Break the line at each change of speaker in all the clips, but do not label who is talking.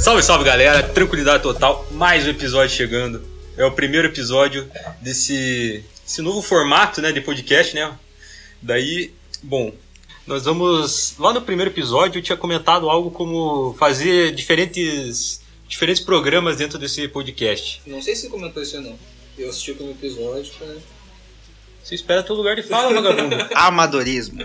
Salve, salve galera, tranquilidade total, mais um episódio chegando. É o primeiro episódio desse esse novo formato né, de podcast, né? Daí, bom, nós vamos. Lá no primeiro episódio eu tinha comentado algo como fazer diferentes, diferentes programas dentro desse podcast.
Não sei se você comentou isso ou não. Eu assisti o primeiro episódio, né? cara.
Você espera teu lugar de fala, vagabundo.
Amadorismo.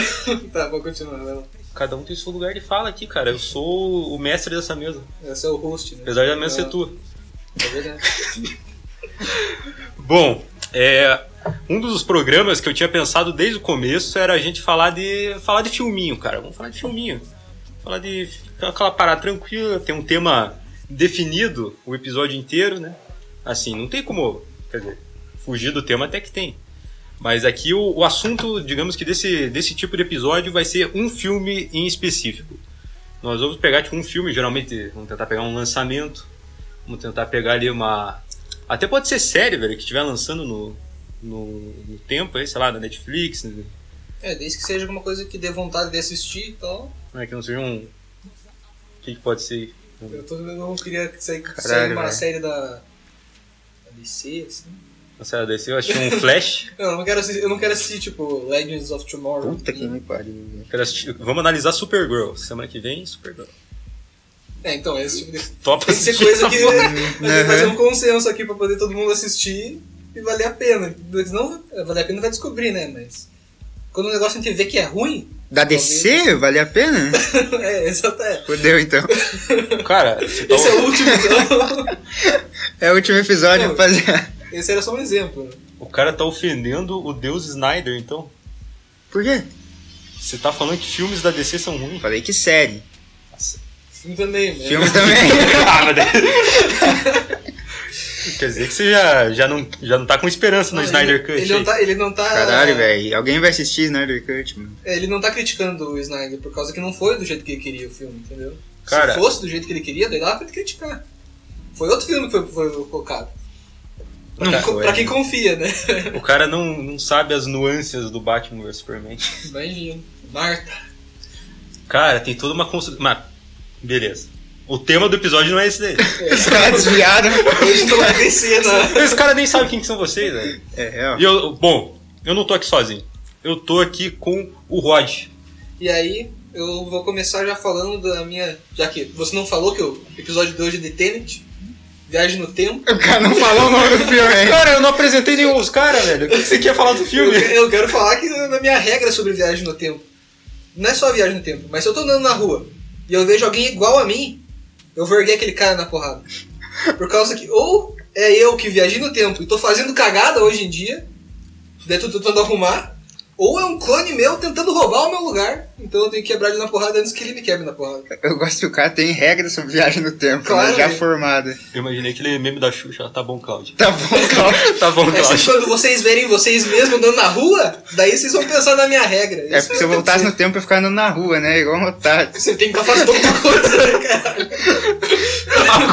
tá, vou continuar. vai lá.
Cada um tem seu lugar de fala aqui, cara. Eu sou o mestre dessa mesa.
Esse é o host, né?
Apesar da mesa ser
tudo.
tua.
É verdade.
Bom, é, um dos programas que eu tinha pensado desde o começo era a gente falar de falar de filminho, cara. Vamos falar de filminho. Falar de aquela parada tranquila, tem um tema definido o episódio inteiro, né? Assim, não tem como, quer dizer, fugir do tema até que tem. Mas aqui o, o assunto, digamos que desse, desse tipo de episódio vai ser um filme em específico. Nós vamos pegar tipo, um filme, geralmente vamos tentar pegar um lançamento, vamos tentar pegar ali uma, até pode ser série, velho, que estiver lançando no, no, no tempo aí, sei lá, da Netflix, né?
É, desde que seja alguma coisa que dê vontade de assistir então, e tal.
que não seja um. O que, que pode ser?
Eu, tô, eu não queria sair, sair
Caralho,
uma
velho.
série da. da DC, assim.
Não sei, eu desci, eu achei um Flash.
Não, eu não quero assistir, eu não quero assistir tipo, Legends of Tomorrow.
Puta que me pariu.
Quero assistir- Vamos analisar Supergirl. Semana que vem, Supergirl.
É, então, esse tipo de.
Topa
Tem que ser
assistir
coisa
essa
que. né,
porra?
Uhum.
Tem que fazer um consenso aqui pra poder todo mundo assistir e valer a pena. Mas Não, valer a pena vai descobrir, né? Mas. Quando o negócio a gente vê que é ruim,
Da DC? Vale a pena?
é, exato. É.
Fudeu então.
Cara, tá se
Esse é
tal-
o último, então.
É o último episódio,
Não.
rapaziada.
Esse era só um exemplo.
o cara tá ofendendo o Deus Snyder, então.
Por quê?
Você tá falando que filmes da DC são ruins?
Falei que série.
Filme também, né?
Filme também.
Ah, mas daí- Quer dizer que você já, já, não, já não tá com esperança no
Não,
Snyder
ele,
Cut.
Ele não
aí.
tá. Ele não tá
Caralho, velho. Alguém vai assistir Snyder Cut, mano.
É, Ele não tá criticando o Snyder por causa que não foi do jeito que ele queria o filme, entendeu?
Cara-
Se fosse do jeito que ele queria, daí dava pra ele criticar. Foi outro filme que foi, foi colocado. Pra,
Não
quem,
foi.
pra quem confia, né?
O cara não, não sabe as nuances do Batman vs Superman.
Imagina. Marta. Marta.
Cara, tem toda uma construção. Mas, beleza. O tema do episódio não é esse daí.
Os caras desviaram.
Hoje não vai descer, né?
Esse cara nem sabe quem que são vocês, né? velho.
É, é, ó.
E eu, bom, eu não tô aqui sozinho. Eu tô aqui com o Rod.
E aí, eu vou começar já falando da minha. Já que você não falou que o episódio de hoje é de Tenet Viagem no Tempo.
O cara não falou o nome do filme,
É.
hein?
Cara, eu não apresentei nenhum dos caras, velho. O que você quer falar do
Eu,
filme?
eu quero falar que na minha regra sobre viagem no tempo. Não é só viagem no tempo, mas se eu tô andando na rua e eu vejo alguém igual a mim, eu vou erguer aquele cara na porrada. Por causa que, ou é eu que viajei no tempo e tô fazendo cagada hoje em dia, daí tô tentando arrumar, ou é um clone meu tentando roubar o meu lugar, então eu tenho que quebrar ele na porrada antes que ele me quebre na porrada.
Eu gosto que o cara tem regra sobre viagem no tempo,
Claro,
né? Já
velho.
formada.
Eu imaginei aquele meme da Xuxa. Tá bom, Cláudio.
Tá bom, Cláudio.
Tá bom,
É sempre
Cláudio.
quando vocês verem vocês mesmos andando na rua, daí vocês vão pensar na minha regra.
É
Isso
porque se eu voltasse no tempo eu ficar andando na rua, né? Igual um otário.
Você tem que estar fazendo alguma coisa, né, cara?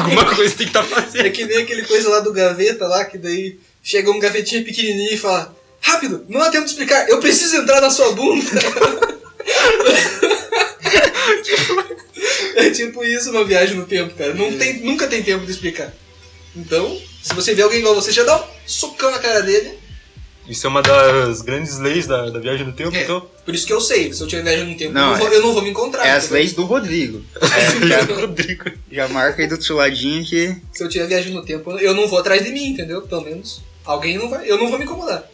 Alguma coisa tem que estar
É
fazendo.
que nem aquele coisa lá do gaveta lá, que daí chega um gavetinha pequenininho e fala: Rápido, não há tempo de explicar, eu preciso entrar na sua bunda. é tipo isso uma viagem no tempo, cara. Não tem, nunca tem tempo de explicar. Então, se você vê alguém igual você, já dá um socão na cara dele.
Isso é uma das grandes leis da, da viagem no tempo,
É.
então.
Por isso que eu sei, se eu tiver viagem no tempo,
Não,
eu, não vou, eu não vou me encontrar.
É as
entendeu?
leis do Rodrigo. É,
Rodrigo.
Já marca aí do seu ladinho que.
Se eu tiver viagem no tempo, eu não vou atrás de mim, entendeu? Pelo menos. Alguém não vai. Eu não vou me incomodar.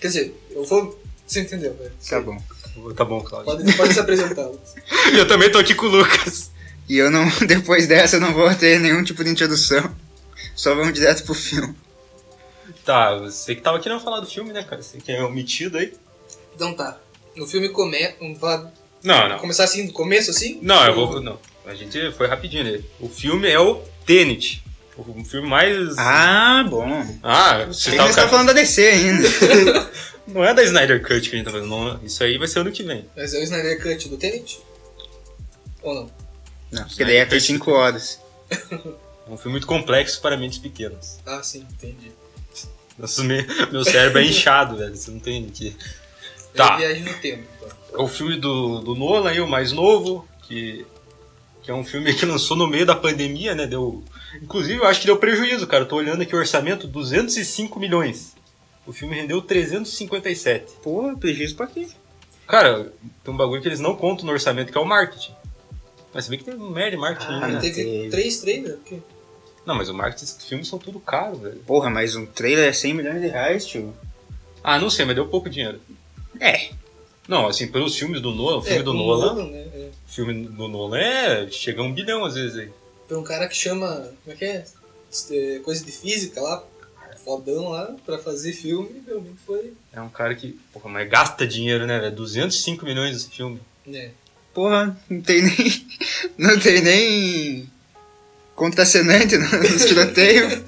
Quer dizer, eu vou. Você entendeu, velho?
Tá bom.
Tá bom, Cláudio.
Pode, pode se apresentar. Lucas.
Eu também tô aqui com o Lucas.
E eu não, depois dessa eu não vou ter nenhum tipo de introdução. Só vamos direto pro filme.
Tá, você que tava querendo falar do filme, né, cara? Você que é omitido aí.
Então tá. O filme começa. Vamos falar-
Não, não.
começar assim do começo, assim?
Não, eu vou. Não. A gente foi rapidinho nele. O filme é o Tenet. O filme mais.
Ah, bom.
Ah, você
Quem
tá,
tá
o cara...
falando da DC ainda?
Não é da Snyder Cut que a gente tá fazendo. não. Isso aí vai ser ano que vem.
Mas é o Snyder Cut do Tenet? Ou não?
Não, porque daí é ter 5 horas.
É um filme muito complexo para mentes pequenas.
Ah, sim, entendi.
Nosso me- Meu cérebro é inchado, velho. Você não tem que.
É
Tá.
viagem no tempo. Então.
É o filme do, do Nolan aí, o mais novo, que que é um filme que lançou no meio da pandemia, né? Deu, inclusive, eu acho que deu prejuízo, cara. Eu tô olhando aqui o orçamento, 205 milhões. O filme rendeu 357.
Porra, prejuízo pra quê?
Cara, tem um bagulho que eles não contam no orçamento, que é o marketing. Mas você vê que teve um merda de marketing.
Ah,
né?
teve
teve.
três trailers? o quê?
Não, mas o marketing desses filmes são tudo caro, velho.
Porra, mas um trailer é 100 milhões de reais, tio.
Ah, não sei, mas deu pouco dinheiro.
É.
Não, assim, pelos filmes do Nolan, o filme
É,
do
com o
Nolan,
né? É.
o filme do Nolan é, chega a um bilhão às vezes aí.
Pra um cara que chama. Como é que é? Este- Coisa de física lá, fodão lá, pra fazer filme, realmente foi.
É um cara que, porra, mas gasta dinheiro, né, velho? 205 milhões esse filme.
né?
Porra, não tem nem. Não tem nem. Contracenante no no tiroteio.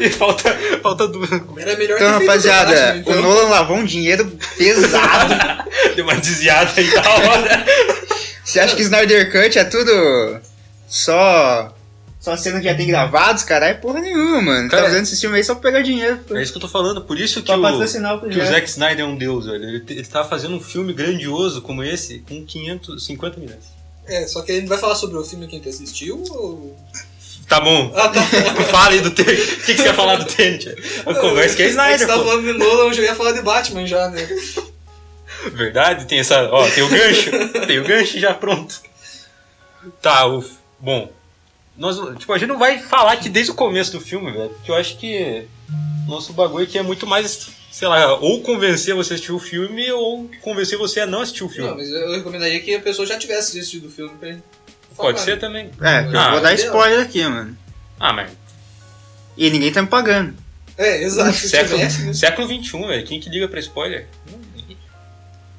E falta, falta duas.
Era melhor ter
Então,
feito o
rapaziada,
Batman,
o
então.
Nolan lavou um dinheiro pesado.
Deu uma desviada aí da hora.
Você acha que Snyder Cut é tudo só. Só cena que já tem gravados, cara? É porra nenhuma, mano.
Cara,
tá fazendo esse filme aí só pra pegar dinheiro.
É isso que eu tô falando, por isso que
Só
o,
patrocinar o
que o
projeto.
Zack Snyder é um deus, velho. Ele, ele tá fazendo um filme grandioso como esse com 550 milhões.
É, só que ele não vai falar sobre o filme que a gente assistiu ou.
Tá bom.
Ah, tá.
Fala aí do Tenet. O que, que você ia falar do Tenet? A conversa que é
Você
Snyder,
tava
pô.
tá falando de Nolan, eu já ia falar de Batman já, né?
Verdade, tem essa. Ó, tem o gancho. tem o gancho já pronto. Tá, o. Bom. Nós, tipo, a gente não vai falar aqui desde o começo do filme, velho. Porque eu acho que nosso bagulho aqui é muito mais, sei lá, ou convencer você a assistir o filme ou convencer você a não assistir o filme.
Não, mas eu recomendaria que a pessoa já tivesse assistido o filme pra ele.
Pode
falar.
ser também.
É, porque
Ah,
eu vou dar
entendeu?
spoiler aqui, mano.
Ah, mas
E ninguém tá me pagando.
É, exato. Se
século,
tivesse, né?
século XXI, velho. Quem que liga pra spoiler?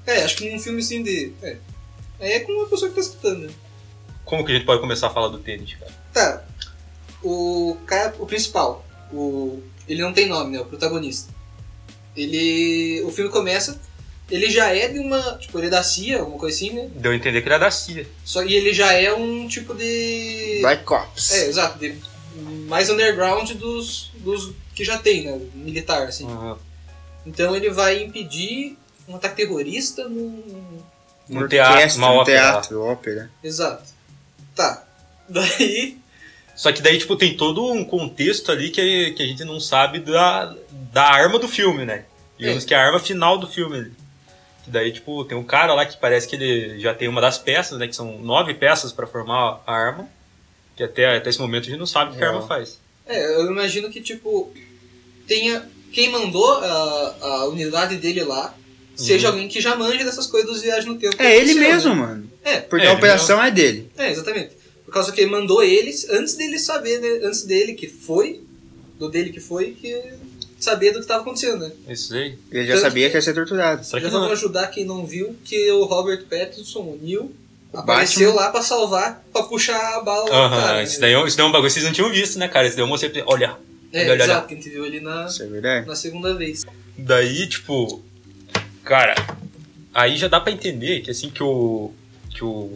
É, acho que num filme assim de. É. Aí é com uma pessoa que tá escutando, né?
Como que a gente pode começar a falar do tênis, cara?
Tá. O cara, o principal, o ele não tem nome, né? O protagonista. Ele, o filme começa, ele já é de uma, tipo, ele é da CIA, alguma coisa assim, né?
Deu a entender que era da CIA.
Só e ele já é um tipo de
Black Ops.
É, exato, de- mais underground dos, dos que já tem, né? Militar assim. Então ele vai impedir um ataque terrorista num,
Um
Orquestra,
teatro, uma
um
ópera.
teatro, ópera.
Exato. Tá. Daí.
Só que daí, tipo, tem todo um contexto ali que, que a gente não sabe da, da arma do filme, né? Digamos
É.
que é a arma final do filme. ali. Que daí, tipo, tem um cara lá que parece que ele já tem uma das peças, né? Que são nove peças pra formar a arma. Que até, até esse momento a gente não sabe o que a
Não.
arma faz.
É, eu imagino que, tipo, tenha. Quem mandou a, a unidade dele lá seja
Uhum.
alguém que já manja dessas coisas dos viagens no tempo.
É ele
Sei lá,
mesmo,
né?
mano.
É.
Porque
É,
a
ele
operação é dele.
É, exatamente. Por causa que ele mandou eles, antes dele saber, né? Antes dele que foi, do dele que foi, que saber do que tava acontecendo, né?
Isso aí.
Ele já
Tanto
sabia
que-
que ia ser torturado.
Será que
já vamos
não?
ajudar quem não viu que o Robert Pattinson, o Neil, apareceu lá pra salvar, pra puxar a bala lá do
Aham,
cara,
isso,
né?
daí é um, isso daí é um bagulho que vocês não tinham visto, né, cara? Isso daí eu mostrei pra vocês. Olha,
É,
Olha, olha,
exato, que a gente viu ali na,
Isso é verdade?
na segunda vez.
Daí, tipo, cara, aí já dá pra entender que assim que o que o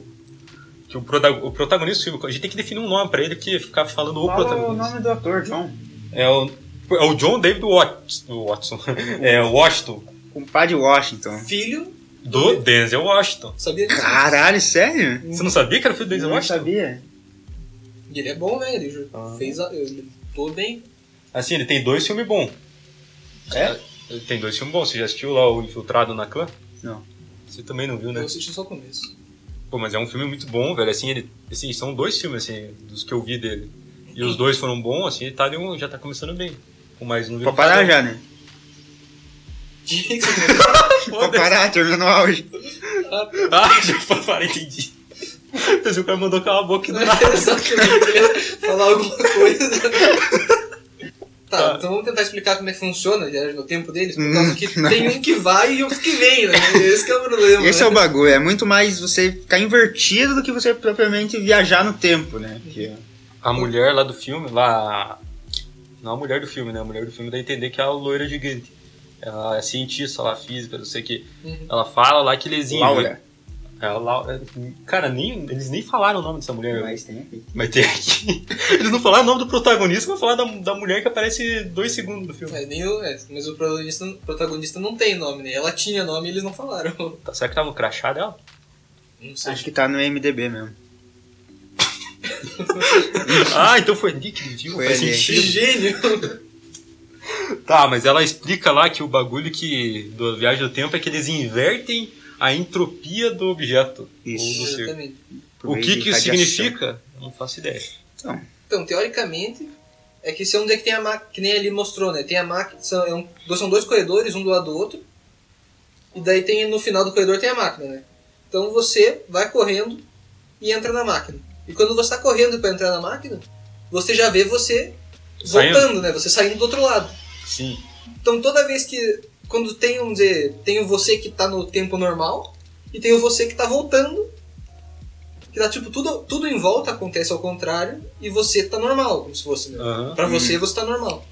que o, prota- o protagonista do filme, a gente tem que definir um nome pra ele que ficar falando o protagonista.
do ator, John.
É o é o John David Watts, Watson. É o Washington
Compadre
É.
Washington.
Filho,
do Denzel Washington.
sabia disso?
Caralho, sério?
Você não sabia que era o filho do Denzel Washington?
sabia.
E Ele é bom, né? Ele já
Ah.
fez a... Ele tô bem.
Assim, ele tem dois filmes bons.
É?
Ele tem dois filmes bons. Você já assistiu lá o Infiltrado na Clã?
Não.
Você também não viu, né?
Eu assisti só o começo.
Pô, mas é um filme muito bom, velho. Assim, ele, assim, são dois filmes, assim, dos que eu vi dele. E os dois foram bons, assim, ele tá ali um, já tá começando bem. Com mais um
Pra parar já, né? Pra
Foda-se.
parar, terminou no auge.
Ah, já pra parar, entendi. Mas o cara mandou calar a boca e do nada.
Exatamente. Ele ia falar alguma coisa. Tá,
Tá.
então vamos tentar explicar como é que funciona a viagem no tempo deles, por
Hum,
causa que
não.
tem um que vai e outro que vem, né? Esse que é o problema.
Esse é
né?
o bagulho. É muito mais você ficar invertido do que você propriamente viajar no tempo, né? Que-
A mulher lá do filme, lá. Não a mulher do filme, né? A mulher do filme dá a entender que é a loira gigante. Ela é cientista lá, física, não sei o que.
Uhum.
Ela fala lá que eles iam.
Laura.
É, a Laura. Cara, nem, eles nem falaram o nome dessa mulher. né?
Mas tem aqui.
Mas tem aqui. Eles não falaram o nome do protagonista, vão falar da, da mulher que aparece dois segundos do filme.
Mas, nem o, é, mas o protagonista, o protagonista não tem nome, né? Ela tinha nome e eles não falaram.
Tá, será que tava no crachá dela?
Não sei.
Acho que tá no MDB mesmo.
ah, então foi ali que ele viu.
Foi
Faz
ali.
Que é
sentido.
gênio.
Tá, mas ela explica lá que o bagulho que do viagem do tempo é que eles invertem a entropia do objeto.
Isso.
Ou do ser.
Exatamente.
O que que isso significa? Não faço ideia.
Então, teoricamente, é que se onde é que tem a máquina, que nem ali mostrou, né? Tem a máquina, são, é um- são dois corredores, um do lado do outro, e daí tem no final do corredor tem a máquina, né? Então você vai correndo e entra na máquina. E quando você tá correndo para entrar na máquina, você já vê você
Saindo.
voltando, né? Você saindo do outro lado.
Sim.
Então toda vez que. Quando tem, vamos dizer, tem o você que tá no tempo normal e tem o você que tá voltando. Que tá tipo, tudo, tudo em volta acontece ao contrário e você tá normal, como se fosse, né?
Aham.
Pra você, você tá normal.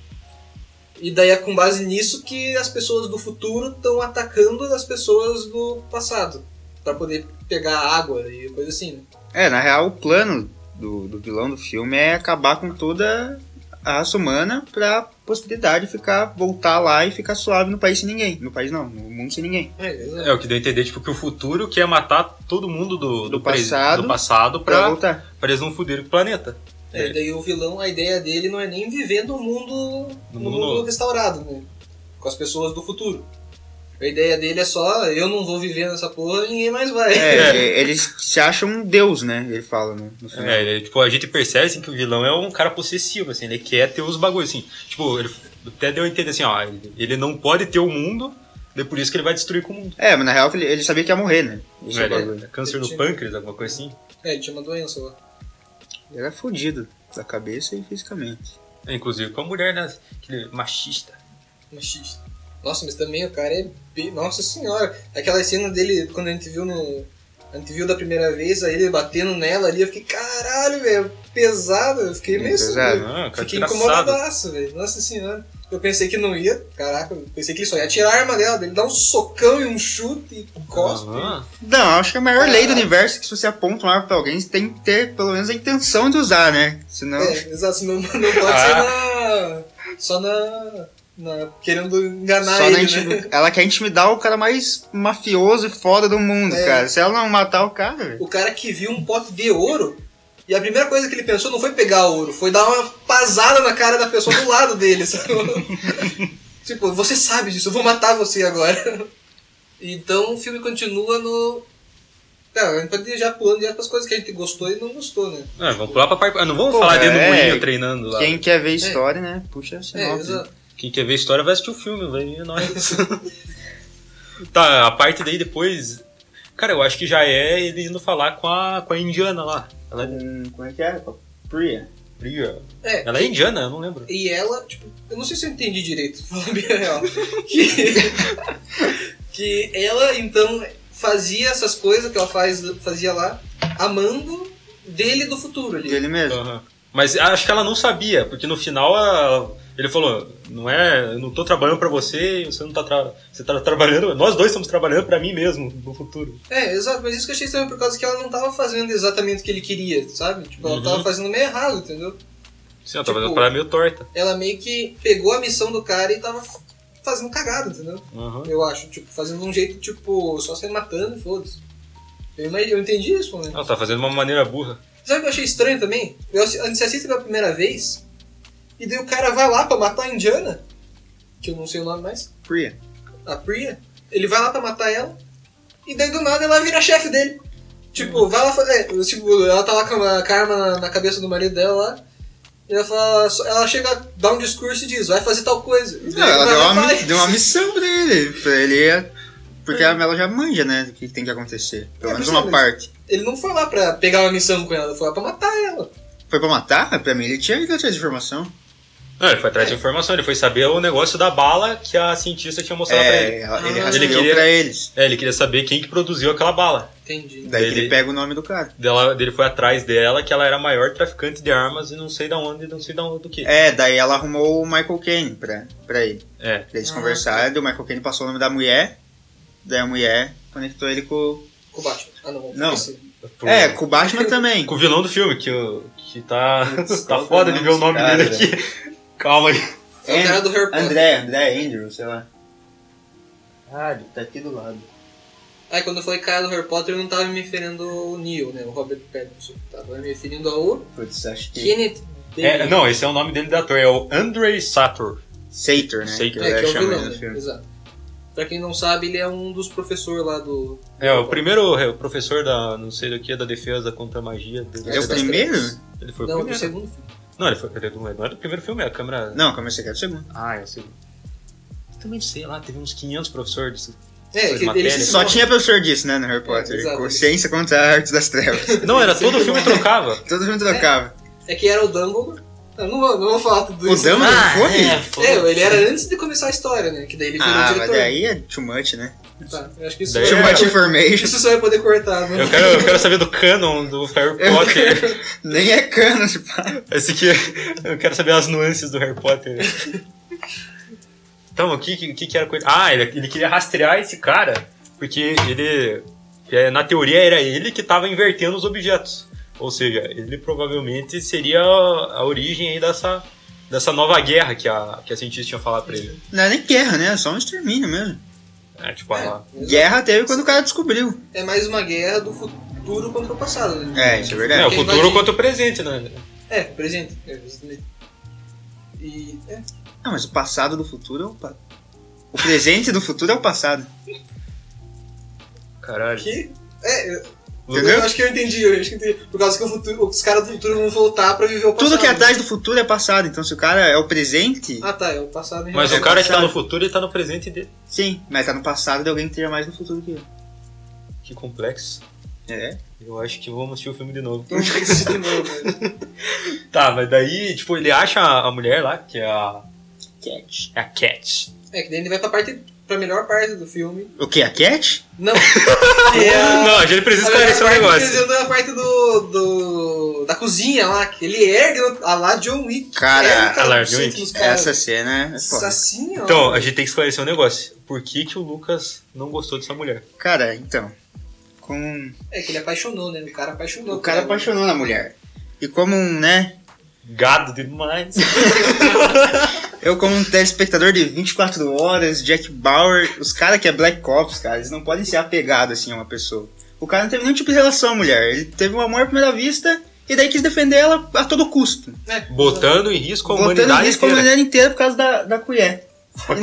E daí é com base nisso que as pessoas do futuro estão atacando as pessoas do passado. Pra poder pegar água e coisa assim, né?
É, na real, o plano do, do vilão do filme é acabar com toda a raça humana pra possibilidade de ficar, voltar lá e ficar suave no país sem ninguém. No país não, no mundo sem ninguém.
É, exato.
É o que deu a entender, tipo, que o futuro quer matar todo mundo do, do,
Do
pres-
passado.
do passado
Pra
pra,
voltar.
pra eles não fuderem o planeta.
É, daí o vilão, a ideia dele não é nem viver no mundo,
No
no
mundo
mundo,
novo.
restaurado, né? Com as pessoas do futuro. A ideia dele é só, eu não vou viver nessa porra, ninguém mais vai.
É,
É.
e- eles se acham um deus, né? Ele fala no, no filme.
É, ele- tipo, a gente percebe assim, que o vilão é um cara possessivo, assim, ele quer ter os bagulhos, assim. Tipo, ele até deu a entender assim, ó, ele- ele não pode ter o mundo, é por isso que ele vai destruir com o mundo.
É, mas na real ele, ele sabia que ia morrer, né? Esse é o
Ele-
bagulho.
é câncer no
Sim.
pâncreas, alguma coisa assim.
É, ele tinha uma doença lá.
Ele era fudido da cabeça e fisicamente.
É, inclusive com a mulher, né? Aquele machista.
Machista. Nossa, mas também o cara é. bem- Nossa senhora! Aquela cena dele, quando a gente viu no. A gente viu da primeira vez, aí ele batendo nela ali, eu fiquei, caralho, velho, pesado, eu fiquei
Bem
meio
pesado.
Ah, cara,
Fiquei
engraçado.
incomodadaço, velho. Nossa senhora. Eu pensei que não ia. Caraca, eu pensei que ele só ia tirar a arma dela. Ele dá um socão e um chute e cospe.
Aham.
Não, acho que a maior lei do universo é que se você aponta uma arma pra alguém, você tem que ter pelo menos a intenção de usar, né? Senão.
É, exato. Não, não pode ser na. Só na. na- querendo enganar
Só na
ele, né?
intim- Ela quer intimidar o cara mais mafioso e foda do mundo,
É.
cara. Se ela não matar o cara, velho.
O cara que viu um pote de ouro. E a primeira coisa que ele pensou não foi pegar ouro, foi dar uma pasada na cara da pessoa do lado dele, sabe? tipo, você sabe disso, eu vou matar você agora. Então o filme continua no. Tá, a gente pode ir já pulando direto pras coisas que a gente gostou e não gostou, né?
Ah, vamos pular pra parte. Ah, não vamos
Pô,
falar dele no
é.
moinho treinando lá.
Quem quer ver história, né? Puxa a
É,
sinopse.
exato.
Quem quer ver a história vai assistir o filme, vai ver nós. tá, a parte daí depois. Cara, eu acho que já é ele indo falar com a, com a indiana lá. Ela é
Hum, como é que é? Priya.
fria.
É.
Ela é indiana, eu não lembro.
E ela, tipo, eu não sei se eu entendi direito, pra falar bem a real. Que, que ela, então, fazia essas coisas que ela faz, fazia lá, amando dele do futuro ali.
Ele mesmo.
Aham. Mas acho que ela não sabia, porque no final ela- ele falou: não é, eu não tô trabalhando pra você, você não tá, tra- você tá trabalhando, nós dois estamos trabalhando pra mim mesmo no futuro.
É, exato, mas isso que eu achei estranho por causa que ela não tava fazendo exatamente o que ele queria, sabe? Tipo, ela
Uhum.
tava fazendo meio errado, entendeu?
Sim, ela
Tipo-
tava fazendo parada meio torta.
Ela meio que pegou a missão do cara e tava fazendo cagada, entendeu?
Aham.
Eu acho, tipo, fazendo de um jeito, tipo, só se matando e foda-se. Eu, ima- eu entendi isso, né? mano.
Ela tá fazendo de uma maneira burra.
Sabe o que eu achei estranho também? Eu assi- você assiste pela primeira vez, e daí o cara vai lá pra matar a indiana, que eu não sei o nome mais,
Ah.
Priya.
a Priya, ele vai lá pra matar ela, e daí do nada ela vira chefe dele.
Uhum.
Tipo, vai lá fa- é, tipo, ela tá lá com a com a arma na, na cabeça do marido dela lá, e ela fala, ela chega, dá um discurso e diz, vai fazer tal coisa. E daí
Não, ela
vai lá
deu
e
uma, mi-
faz.
deu uma missão pra ele. Pra ele ia- Porque a Mela já manja, né? O que tem que acontecer. Pelo
É,
menos
pois é,
uma
mas-
parte.
Ele não foi lá pra pegar uma missão com ela, foi lá pra matar ela.
Foi pra matar? Pra mim, ele tinha ido atrás de informação.
Não, ele foi atrás de informação, ele foi saber o negócio da bala que a cientista tinha mostrado pra ele.
É, ela- ele
Ah.
rastreou
Ele queria-
pra eles.
É, ele queria saber quem que produziu aquela bala.
Entendi.
Daí que
Ele-
ele pega o nome do cara.
Dela, dele foi atrás dela, que ela era a maior traficante de armas e não sei da onde, não sei da onde do que.
É, daí ela arrumou o Michael Caine pra, pra ele.
É.
Pra eles
Ah,
conversarem, daí o Michael Caine passou o nome da mulher, daí a mulher conectou ele com.
Com o Batman. Ah, não.
Não.
esse-
Pro-
É, com o Batman também.
Com o vilão do filme, que, o- que tá. tá
qual que
foda
é o
de ver
nome
o nome
desse
dele aqui. Calma aí.
É o cara do Harry Potter.
André, André Andrew, sei lá. Ah, tá aqui do lado.
Aí quando eu falei cara do Harry Potter, eu não tava me referindo ao Neil, né? O Robert Pattinson. Tava me referindo ao
Putz, acho que.
Kenneth
É,
Bacon.
não, esse é o nome dele do ator, é o Andrei Sator.
Sator, né?
Sator.
É, que é o
chama
vilão,
no
né?
filme.
Exato. Pra quem não sabe, ele é um dos professores lá do...
É, o primeiro é, o professor da, não sei do que, da defesa contra a magia. do-
É
das
o primeiro?
três.
Ele foi
não,
o
do
primeiro.
segundo filme.
Não, ele foi, ele não é não é do primeiro filme, é a câmera...
Não, calma aí, você quer o segundo.
Ah, é o segundo. Também sei lá, teve uns 500 professores disso.
É,
Foi
que
matéria.
ele se
Só
torna-
tinha professor disso, né, no Harry Potter.
exato.
Consciência contra a arte das trevas.
Não, era todo filme trocava.
Todo mundo trocava.
É que era o Dumbledore. Eu não vou, não vou falar tudo
O
isso.
Dumbledore foi?
foi.
É, ele era antes de começar a história, né? Que daí ele virou
Ah, mas
diretor.
daí é too much, né?
Tá, eu acho que isso
Daí
vai-
Too
É.
much information.
Isso só vai poder cortar, né?
Eu quero, eu quero saber do canon do Harry
Eu
Potter.
Nem é cano, tipo.
Esse aqui, eu quero saber as nuances do Harry Potter. Então, o que, que, que que era coisa. Ah, ele, ele queria rastrear esse cara, porque ele. é, Na teoria era ele que estava invertendo os objetos. Ou seja, ele provavelmente seria a a origem aí dessa, dessa nova guerra que a, que a cientista tinha falado pra ele.
Não é nem guerra, né? É só um extermínio mesmo.
É, tipo, a,
Guerra teve quando o cara descobriu.
É mais uma guerra do futuro contra o passado.
É, isso é
é,
verdade.
o
quem
futuro
vai-
contra o presente, né?
É, por exemplo. é, você- E. É,
Não, mas o passado do futuro é o. pa- O presente do futuro é o passado.
Caralho.
que. É, eu,
Entendeu?
eu acho que eu entendi, eu acho que eu entendi. Por causa que o futuro, os caras do futuro vão voltar pra viver o passado. né?
Tudo que é atrás do futuro é passado. Então se o cara é o presente,
Ah tá, é o passado em
Mas
relação-
o cara que tá no futuro e tá no presente dele.
sim. Mas tá no passado de alguém que esteja mais no futuro que ele.
Que complexo.
É.
Eu acho que vamos assistir o filme de novo.
Então, isso de novo, né?
Tá, mas daí, tipo, ele acha a mulher lá, que é a,
Cat.
é a Cat.
É, que daí ele vai pra parte. pra melhor parte do filme.
O que? A Cat?
Não! que é a-
Não, a gente precisa
é
esclarecer um
parte
negócio.
que- A parte do, do. da cozinha lá, que ele ergue no- a lá John Wick.
Cara,
Ergue
a lá
no
John
centro
Wick.
dos caras.
Essa cena é
Nossa
foda.
senhora.
Então, a gente tem que esclarecer um negócio. Por que que o Lucas não gostou dessa mulher?
Cara, então. Com...
É que ele apaixonou, né? O cara apaixonou.
O cara apaixonou na mulher. E como um, né?
Gado demais.
Eu, como um telespectador de 24 horas, Jack Bauer, os caras que é Black Ops, cara, eles não podem ser apegados assim a uma pessoa. O cara não teve nenhum tipo de relação à mulher. Ele teve um amor à primeira vista e daí quis defender ela a todo custo.
É.
Botando em risco a
Botando
humanidade
risco a
inteira.
mulher inteira por causa da, da colher. E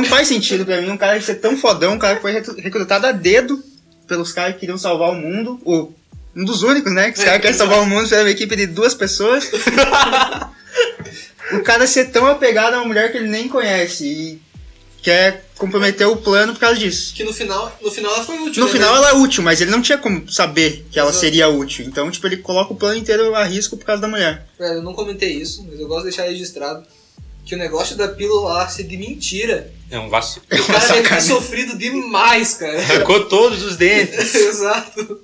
não faz sentido pra mim um cara ser tão fodão, um cara que foi recru- recrutado a dedo pelos caras que queriam salvar o mundo. O, um dos únicos, né? Que os
É,
caras querem
exato.
salvar o mundo, fizeram uma equipe de duas pessoas. o cara ser tão apegado a uma mulher que ele nem conhece e quer comprometer o plano por causa disso.
Que no final, no final ela foi útil.
No
né?
final ela é útil, mas ele não tinha como saber que ela
Exato.
seria útil. Então, tipo, ele coloca o plano inteiro a risco por causa da mulher.
É, Eu não comentei isso, mas eu gosto de deixar registrado que o negócio da pílula lá ser de mentira.
É um vacilo.
O cara deve ter
sacanagem.
sofrido demais, cara.
Arrancou todos os dentes.
Exato.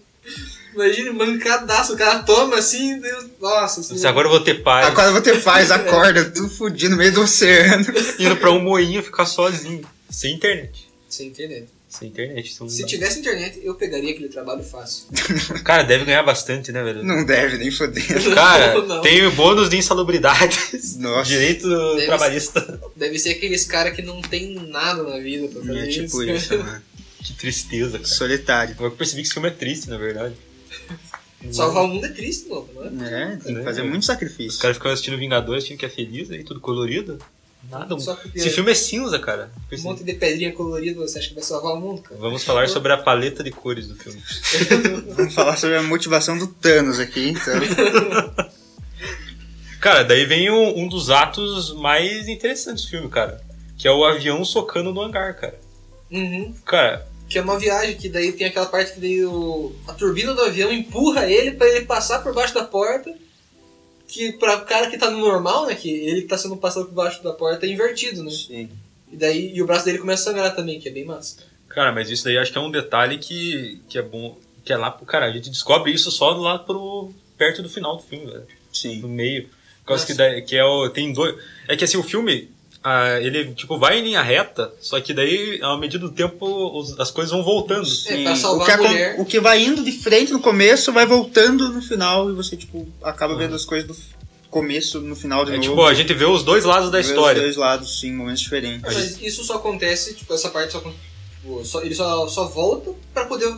Imagina, mancadaço. O cara toma assim, Deus... nossa. Assim,
Disse, Agora eu vou ter paz.
Agora você
É.
faz, acorda, tudo fudido no meio do oceano.
Indo pra um moinho ficar sozinho. Sem internet.
Sem internet.
Sem internet. isso não
Se
dá.
tivesse internet, eu pegaria aquele trabalho fácil.
Cara, deve ganhar bastante, né, velho?
Não deve nem foder.
Cara,
Não, não.
tem bônus de insalubridade.
Nossa.
Direito
ser.
trabalhista.
Deve ser aqueles caras que não tem nada na vida pra fazer
É tipo
isso.
isso, mano.
Que tristeza, cara.
Solitário.
Eu percebi que esse filme é triste, na verdade.
né?
Salvar o mundo é triste, mano. não é?
É, tem que
É.
fazer muito
Os
sacrifício.
caras ficam assistindo Vingadores, tinha que é feliz aí, tudo colorido. Nada.
Então,
um-
Só que
Esse filme é cinza, cara.
um monte de pedrinha colorida, você acha que vai salvar o mundo, cara?
Vamos falar sobre a paleta de cores do filme.
Vamos falar sobre a motivação do Thanos aqui, então.
Cara, daí vem um, um dos atos mais interessantes do filme, cara. Que é o avião socando no hangar, cara.
Uhum.
Cara,
Que é uma viagem, que daí tem aquela parte que daí o... a turbina do avião empurra ele pra ele passar por baixo da porta. Que pra cara que tá no normal, né? Que ele que tá sendo passado por baixo da porta é invertido, né?
Sim.
E daí e o braço dele começa a sangrar também, que é bem massa.
cara, mas isso daí acho que é um detalhe que, que é bom. Que é lá pro. Cara, a gente descobre isso só lá pro. perto do final do filme, velho.
Sim.
no meio. Por causa
Nossa.
que, daí- que é o. Tem dois. É que assim, o filme. ah, ele tipo vai em linha reta, só que daí, à medida do tempo, os- as coisas vão voltando.
É,
Sim.
pra
O,
salvar
que
a
acon-
mulher.
o que vai indo de frente no começo vai voltando no final e você, tipo, acaba
Ah.
vendo as coisas do f- começo no final de
É,
novo.
tipo, a gente vê os dois lados da
Vê os
história.
dois lados, sim, momentos diferentes.
Mas isso só acontece, tipo, essa parte só acontece. Tipo, só- ele só, só volta pra poder.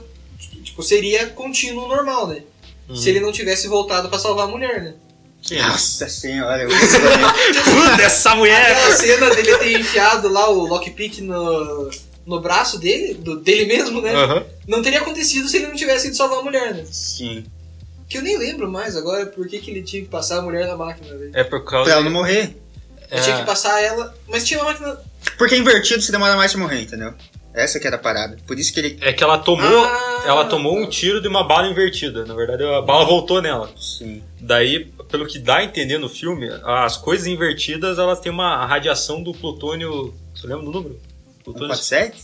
Tipo, seria contínuo normal, né?
Hum.
Se ele não tivesse voltado pra salvar a mulher, né?
Sim.
Nossa senhora, eu gostei.
Puta, essa
Aquela
mulher!
cena dele ter enfiado lá o lockpick no, no braço dele, do- dele mesmo, né?
Aham.
Não teria acontecido se ele não tivesse ido salvar a mulher, né?
Sim.
Que eu nem lembro mais agora por que, que ele tinha que passar a mulher na máquina, velho.
É por
Pra ela
causa.
não morrer.
É.
Ele tinha que passar ela, mas tinha uma máquina.
Porque é invertido se demora mais pra morrer, entendeu? Essa que era a parada. Por isso que ele.
É que ela tomou.
Ah,
Ela tomou um
tá.
tiro de uma bala invertida. Na verdade, a bala voltou nela.
Sim.
Daí, pelo que dá a entender no filme, as coisas invertidas elas têm uma radiação do plutônio. Você lembra do número? Plutônio
147?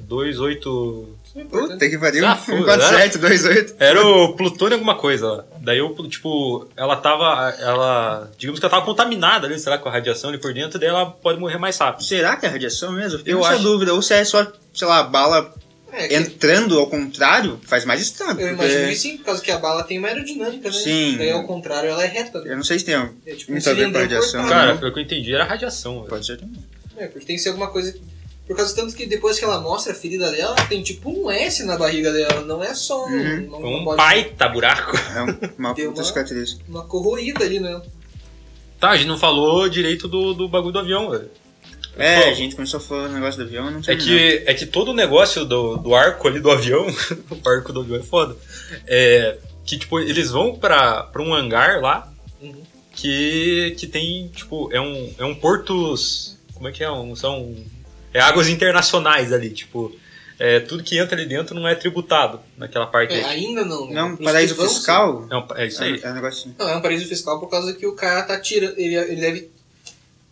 28.
é
Puta que pariu.
Ah, foda,
147, 28.
Era o plutônio alguma coisa lá. Daí eu, tipo, ela tava. Ela. Digamos que ela tava contaminada ali, sei lá, com a radiação ali por dentro, daí ela pode morrer mais rápido.
Será que é radiação mesmo? Eu Fiquei
Eu
com essa
acho.
dúvida. Ou se é só, sei lá, a bala
É, que-
entrando ao contrário, faz mais distância.
eu
porque-
imagino que sim, por causa que a bala tem uma aerodinâmica, né?
é. Sim.
Daí ao contrário ela é reta, né?
Eu não sei se tem. um-
É tipo um
Muito a ver com
cilindrão
a radiação.
cortado.
Cara, pelo que eu entendi, era radiação. velho.
Pode ser também.
né?
É, porque tem que ser alguma coisa. Por causa tanto que depois que ela mostra a ferida dela, tem tipo um S na barriga dela, não é só um.
Uhum.
não- não
Um
pode-
baita buraco.
É um- uma
Deu
puta
uma-
cicatriz.
Uma corroída ali, né?
Tá, a gente não falou direito do, do bagulho do avião, velho.
É,
Pô.
a gente começou a falar do negócio do avião, não
É
sei.
que, é que todo o negócio do, do arco ali do avião, o arco do avião é foda, é que, tipo, eles vão pra, pra um hangar lá
Uhum.
que, que tem, tipo, é um, é um portos, como é que é? Um, são, é águas internacionais ali, tipo, é, tudo que entra ali dentro não é tributado naquela parte.
É,
É,
ainda não. né?
Não,
Os
paraíso
que vão-
fiscal?
é, um- é isso aí.
É, é um negócio assim.
Não, é um paraíso fiscal por causa que o cara tá tirando. Ele, ele deve.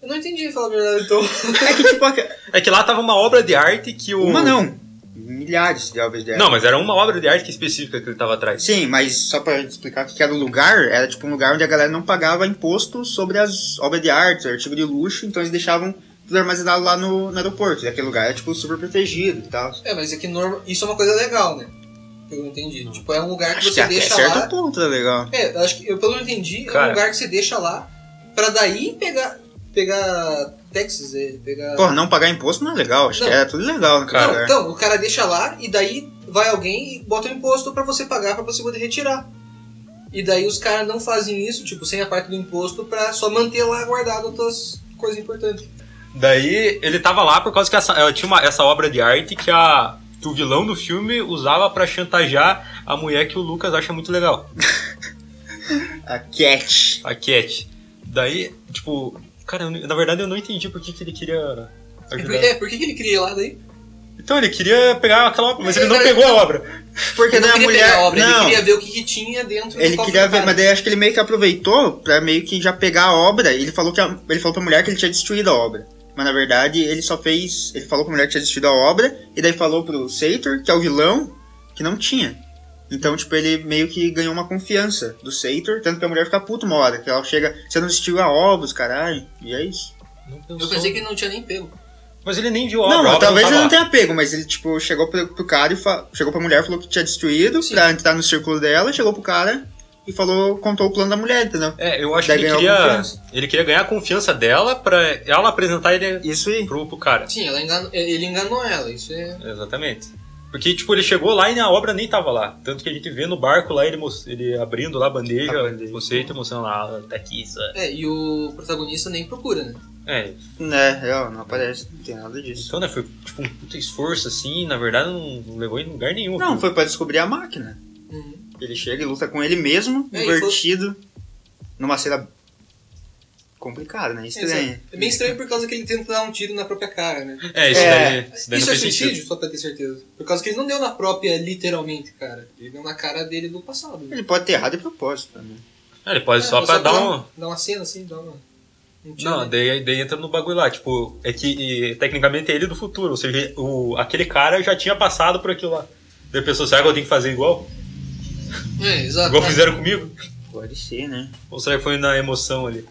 Eu não entendi, falar a verdade, então.
É que tipo. aque-
É que lá tava uma obra de arte que o...
Uma não. Milhares de obras de arte.
Não, mas era uma obra de arte específica que ele tava atrás.
Sim, mas só pra explicar o que era o lugar, era tipo um lugar onde a galera não pagava imposto sobre as obras de arte, artigo de luxo, então eles deixavam tudo armazenado lá no, no aeroporto. E aquele lugar era tipo super protegido e tal.
É, mas é que norma... isso é uma coisa legal, né? Eu entendi. Tipo, é um lugar que
Acho que
você
até
deixa
certo
lá.
ponto é legal.
É, eu acho que eu pelo que eu entendi, é um
Cara.
lugar que você deixa lá pra daí pegar. pegar. Texas, é, pegar.
Pô, não pagar imposto não é legal, acho que
Não.
era tudo legal naquele
Cara,
Não,
lugar.
então, o cara deixa lá e daí vai alguém e bota o imposto pra você pagar, pra você poder retirar. E daí os caras não fazem isso, tipo, sem a parte do imposto, pra só manter lá guardado outras coisas importantes.
Daí ele tava lá por causa que essa, ela tinha uma- essa obra de arte que, a, que o vilão do filme usava pra chantagear a mulher que o Lucas acha muito legal,
então-
A Cat.
a Cat. Daí, tipo, cara, eu não- na verdade eu não entendi por que, que ele queria
É,
ajudar.
por, é, por que, que ele queria ir lá daí?
Então ele queria pegar aquela obra, mas ele não
Ele-
pegou a obra.
Porque
ele não
daí
queria
a mulher.
pegar a obra,
não,
ele queria ver o que, que tinha dentro do
Ele
cofre
queria
do
ver,
cara.
mas daí acho que ele meio que aproveitou pra meio que já pegar a obra. Ele falou, que a- ele falou pra mulher que ele tinha destruído a obra. Mas na verdade ele só fez. Ele falou pra mulher que tinha destruído a obra. E daí falou pro Sator, que é o vilão, que não tinha. Então, tipo, ele meio que ganhou uma confiança do Sator, tanto que a mulher fica puta uma hora, que ela chega, você não destruiu a obra, os caralho, e é isso.
Não
Eu pensei que ele não tinha nem pego.
Mas ele nem viu a
não,
obra. a obra
talvez
tava
ele
lá.
não tenha pego, mas ele, tipo, chegou pro, pro cara e fa- chegou pra mulher, falou que tinha destruído,
Sim.
pra entrar no círculo dela, chegou pro cara e falou, contou o plano da mulher, entendeu?
É, eu acho que
Daí
ele
ganhou
queria,
confiança.
ele queria ganhar a confiança dela pra ela apresentar ele
Isso aí.
pro, pro cara.
Sim, ela enganou- ele enganou ela, isso é.
Exatamente. Porque, tipo, ele chegou lá e a obra nem tava lá. Tanto que a gente vê no barco lá ele, mos- ele abrindo lá a bandeja,
A bandeja.
você tá mostrando lá, "Ah, tá aqui, isso é."
É, e o protagonista nem procura, né?
É,
É, eu, não aparece, não tem nada disso.
então, né, foi tipo um puta esforço assim, na verdade não, não levou em lugar nenhum.
Não, foi pra descobrir a máquina.
Uhum.
Ele chega e luta com ele mesmo,
É, e foi-
invertido, numa cena complicada, né? Estranha.
É bem estranho por causa que ele tenta dar um tiro na própria cara, né?
É, isso
É.
daí, isso daí
Isso
não
é
fez sentido.
suicídio, só pra ter certeza. Por causa que ele não deu na própria, literalmente, cara. Ele deu na cara dele do passado. Né?
Ele pode ter errado de propósito né? também.
É, ele pode só pra
tá
dar um.
Dá uma cena assim, dá uma. Um tiro,
Não,
né?
daí, daí entra no bagulho lá, tipo, é que e, tecnicamente é ele do futuro, ou seja, o, aquele cara já tinha passado por aquilo lá. Daí a pessoa, será que eu tenho que fazer igual?
É, exato.
Igual fizeram comigo?
Pode ser, né?
Ou será que foi na emoção ali?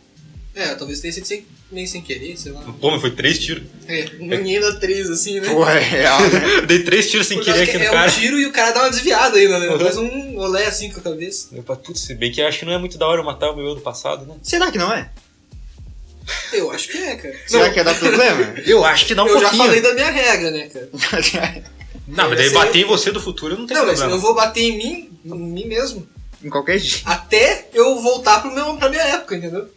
É, talvez tenha sido sem, meio sem querer, sei lá.
Pô, mas foi três tiros.
É, ninguém dá três assim, né?
Pô, é real, né?
Dei três tiros sem
Por causa
querer
que
aqui no
é
cara.
um tiro e o cara dá uma desviada ainda, né?
Uhum.
Faz um olé assim com a cabeça.
Eu falei, putz, se bem que eu acho que não é muito da hora eu matar o meu eu do passado, né?
Será que não é?
Eu acho que é, cara.
Será
Não,
que ia dar problema?
Eu acho que dá um
eu já
pouquinho.
falei da minha regra, né, cara?
Não, mas daí
Esse-
bater em você do futuro não tem
Não, mas
problema.
eu vou bater em mim, em mim mesmo,
em qualquer dia.
até eu voltar pro meu, pra minha época, entendeu?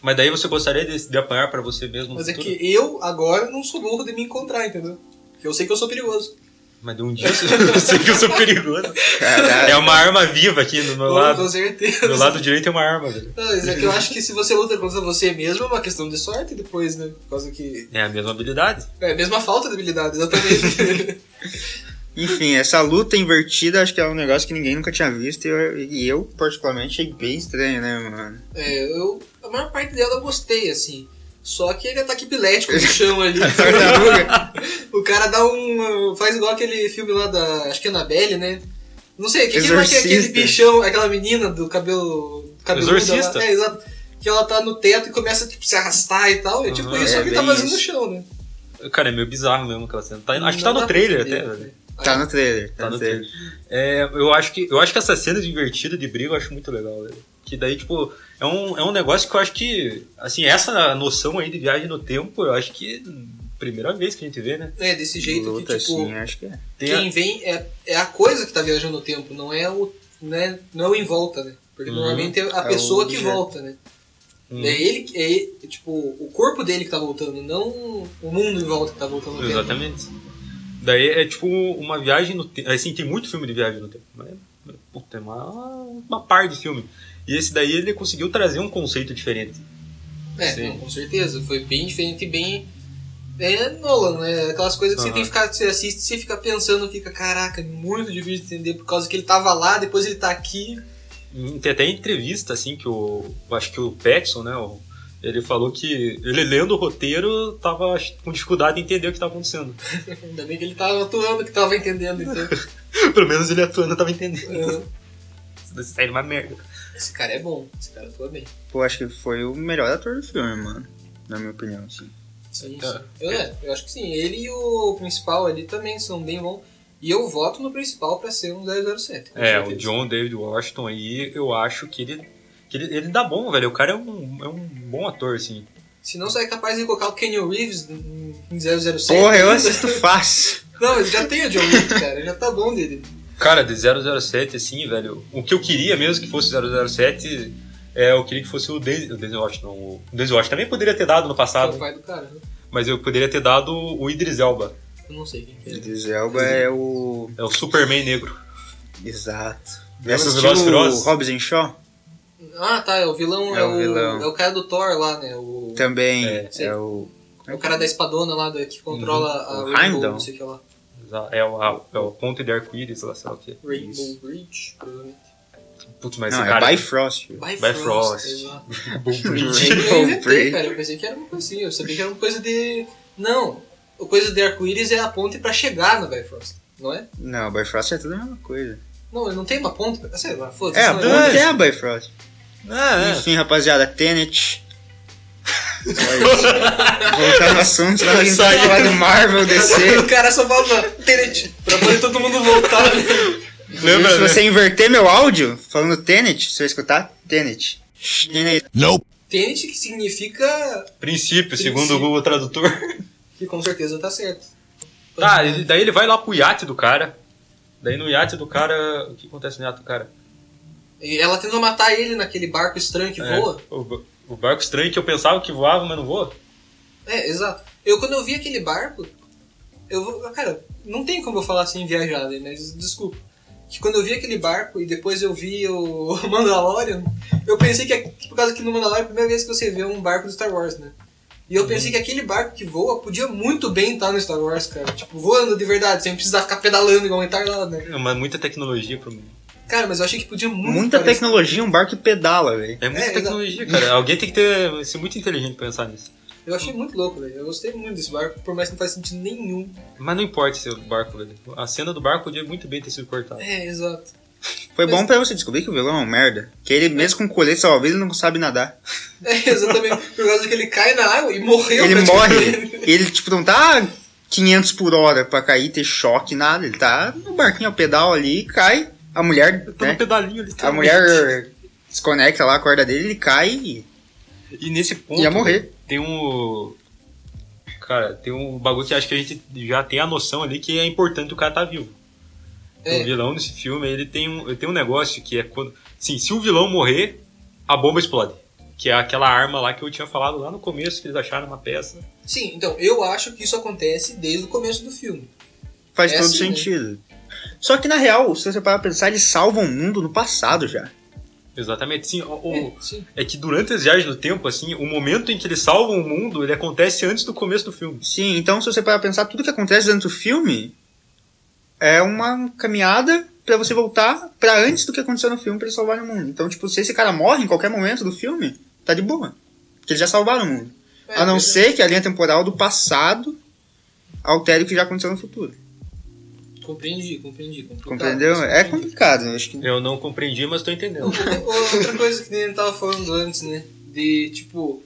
Mas daí você gostaria de, de apanhar pra você mesmo no
Mas é
futuro?
que eu agora não sou burro de me encontrar, entendeu? Porque eu sei que eu sou perigoso.
Mas de um dia eu sei que eu sou perigoso.
Caralho.
É uma arma viva aqui do meu
Com-
lado.
Com certeza.
Do lado direito é uma arma, velho.
Não, mas é que eu acho que se você luta contra você mesmo é uma questão de sorte depois, né? Por causa que.
É a mesma habilidade.
É a mesma falta de habilidade, exatamente.
Enfim, essa luta invertida acho que é um negócio que ninguém nunca tinha visto e eu, e eu, particularmente, achei bem estranho, né, mano?
é, eu. A maior parte dela eu gostei, assim. Só que ele ataque epilético no chão ali.
Tartaruga?
o cara dá um. faz igual aquele filme lá da. acho que é Annabelle, né? Não sei, que que é
Exorcista.
aquele bichão, aquela menina do cabelo. cabeluda lá?
Exorcista.
É, exato. Que ela tá no teto e começa tipo, se arrastar e tal. É tipo
Aham,
isso,
é
só que tá
bem
fazendo no
isso.
chão, né?
Cara, é meio bizarro mesmo aquela cena. Tá- acho que tá no
Não dá pra
trailer
entender,
até, velho.
né?
tá no trailer.
Tá no trailer. É, eu acho que eu acho que essa cena divertida de briga eu acho muito legal, velho. Que daí, tipo, é um, é um negócio que eu acho que, assim, essa noção aí de viagem no tempo, eu acho que hum, primeira vez que a gente vê, né?
É, desse jeito
luta,
que, tipo,
assim, acho que é.
Tem a-
quem vem é, é a coisa que tá viajando no tempo, não é o, né, não é o em volta, né? Porque
Uhum.
normalmente é a
É o
pessoa que
objeto.
volta, né?
Hum,
É ele, que- é ele- tipo, o corpo dele que tá voltando, não o mundo em volta que tá voltando no tempo.
exatamente. Daí é tipo uma viagem no tempo. Assim, tem muito filme de viagem no tempo. Mas, mas, puta, é uma, uma par de filme. E esse daí ele conseguiu trazer um conceito diferente.
É,
Sim.
não, com certeza. Foi bem diferente e bem. É Nolan, né? Aquelas coisas que você
Aham.
tem que ficar, você assiste, você fica pensando, fica, caraca, é muito difícil de entender, por causa que ele tava lá, depois ele tá aqui.
Hum, Tem até entrevista, assim, que o. eu Acho que o Petson, né? o- ele falou que ele lendo o roteiro tava ach- com dificuldade em entender o que tava acontecendo.
Ainda bem que ele tava atuando, que tava entendendo, então.
Pelo menos ele atuando eu tava entendendo.
É,
Isso daí é uma merda.
Esse cara é bom, esse cara atua bem.
Pô, acho que foi o melhor ator do filme, mano. Na minha opinião, assim.
Sim,
Tá.
sim. Eu, é, eu acho que sim. Ele e o principal ali também são bem bons. E eu voto no principal pra ser um 007. com
É,
certeza.
o John David Washington aí, eu acho que ele. que ele, ele dá bom, velho. O cara é um, é um bom ator, assim.
Se não sair capaz de colocar o Kenny Reeves em 007.
Porra, eu
ainda-
assisto fácil.
Não, ele já tem o John Wick, cara. Já tá bom dele.
Cara, de 007, assim, velho. O que eu queria mesmo que fosse 007, é, eu queria que fosse o Denzel o Denzel Washington. O Denzel Washington também poderia ter dado no
Tá
Que é o
passado,
pai do cara. né?
mas eu poderia ter dado o Idris Elba.
Eu não sei quem que é.
Idris Elba é o.
É o Superman negro.
Exato.
Lembra dos
Assistiu
Velozes e
o
Furiosos?
Robson Shaw?
Ah, tá. É o vilão. É,
É
o,
o vilão.
É o cara do Thor lá, né? O,
Também.
É,
É,
sim.
o.
é o cara da espadona lá do- que controla
Uhum. O
a Rainbow,
Heimdall.
não sei o que lá.
É o, é o ponto de arco-íris, lá, sei lá o que.
Rainbow
Isso.
Bridge, provavelmente.
Putz, mas
Não,
esse cara.
é Bifrost.
Bifrost.
exato.
Bom,
Eu
Rainbow
inventei,
Bridge.
cara. Eu pensei que era uma coisa assim. Eu sabia que era uma coisa de. Não. A coisa de arco-íris é a ponte pra chegar no Bifrost, não é?
Não, Bifrost é tudo a mesma coisa.
Não, não tem uma ponte. pra- Sei lá, foda-se.
É, a
não
é.
ponte é a Bifrost.
Ah, é.
Enfim, rapaziada, Tenet. Olha isso. Voltar no assunto, senão a gente vai
Saiu.
falar do Marvel, DC.
O cara só falava Tenet, pra poder todo mundo voltar. né?
Lembra,
se
né?
você inverter meu áudio falando Tenet, você vai escutar Tenet.
Tenet que significa
Princípio, segundo
Princípio.
o Google Tradutor.
que com certeza tá certo.
Tá, ele- daí ele vai lá pro iate do cara. Daí no iate do cara. O que acontece no iate do cara?
E ela tenta matar ele naquele barco estranho que
É,
voa.
O, ba- o barco estranho que eu pensava que voava, mas não voa.
É, exato. Eu quando eu vi aquele barco, eu vou. Cara, não tem como eu falar assim viajada, né? mas desculpa. Que quando eu vi aquele barco e depois eu vi o Mandalorian, eu pensei que aqu- por causa que no Mandalorian é a primeira vez que você vê um barco do Star Wars, né? E eu pensei que aquele barco que voa podia muito bem estar no Star Wars, cara. Tipo, voando de verdade, sem precisar ficar pedalando igual um lá, né?
É uma- muita tecnologia pro mundo.
Cara, mas eu achei que podia muito.
Muita
parecer-
tecnologia, um barco que pedala, velho.
É muita
É,
tecnologia, cara. Alguém tem que ter, ser muito inteligente pra pensar nisso.
Eu achei muito louco, velho. Eu gostei muito desse barco, por mais que não faz sentido nenhum.
Mas não importa se é o barco, velho. A cena do barco podia muito bem ter sido cortada.
É, exato.
Foi
Mas-
bom pra você descobrir que o vilão é um merda. Que ele, mesmo com colete salva-vidas, não sabe nadar.
É, exatamente. Por causa que ele cai na água e morreu.
Ele
praticamente.
morre. Ele, tipo, não tá 500 por hora pra cair, ter choque, nada. Ele tá no barquinho ao pedal ali e cai. A mulher,
Eu tô no
né?
pedalinho ali.
A mulher desconecta lá a corda dele, ele cai e
E nesse ponto.
Ia morrer.
tem um. Cara, tem um bagulho que acho que a gente já tem a noção ali que é importante o cara tá vivo.
É.
O vilão nesse filme, ele tem um, ele tem um negócio que é quando. Sim, se o vilão morrer, a bomba explode. Que é aquela arma lá que eu tinha falado lá no começo, que eles acharam uma peça.
Sim, então, eu acho que isso acontece desde o começo do filme.
Faz
É
todo
assim, né?
sentido. Só que na real, se você parar pra pensar, eles salvam o mundo no passado já.
Exatamente. Sim, o- o-
É, sim.
é que durante as viagens no tempo, assim, o momento em que eles salvam o mundo, ele acontece antes do começo do filme.
Sim, então se você parar pra pensar, tudo que acontece dentro do filme é uma caminhada pra você voltar pra antes do que aconteceu no filme pra eles salvarem o mundo. Então, tipo, se esse cara morre em qualquer momento do filme, tá de boa. Porque eles já salvaram o mundo.
É,
A não
mas-
ser que a linha temporal do passado altere o que já aconteceu no futuro.
Compreendi, compreendi. Tá, complicado.
Compreendeu? É complicado, eu acho que.
Eu não compreendi, mas tô entendendo.
Outra coisa que nem eu tava falando antes, né? De tipo,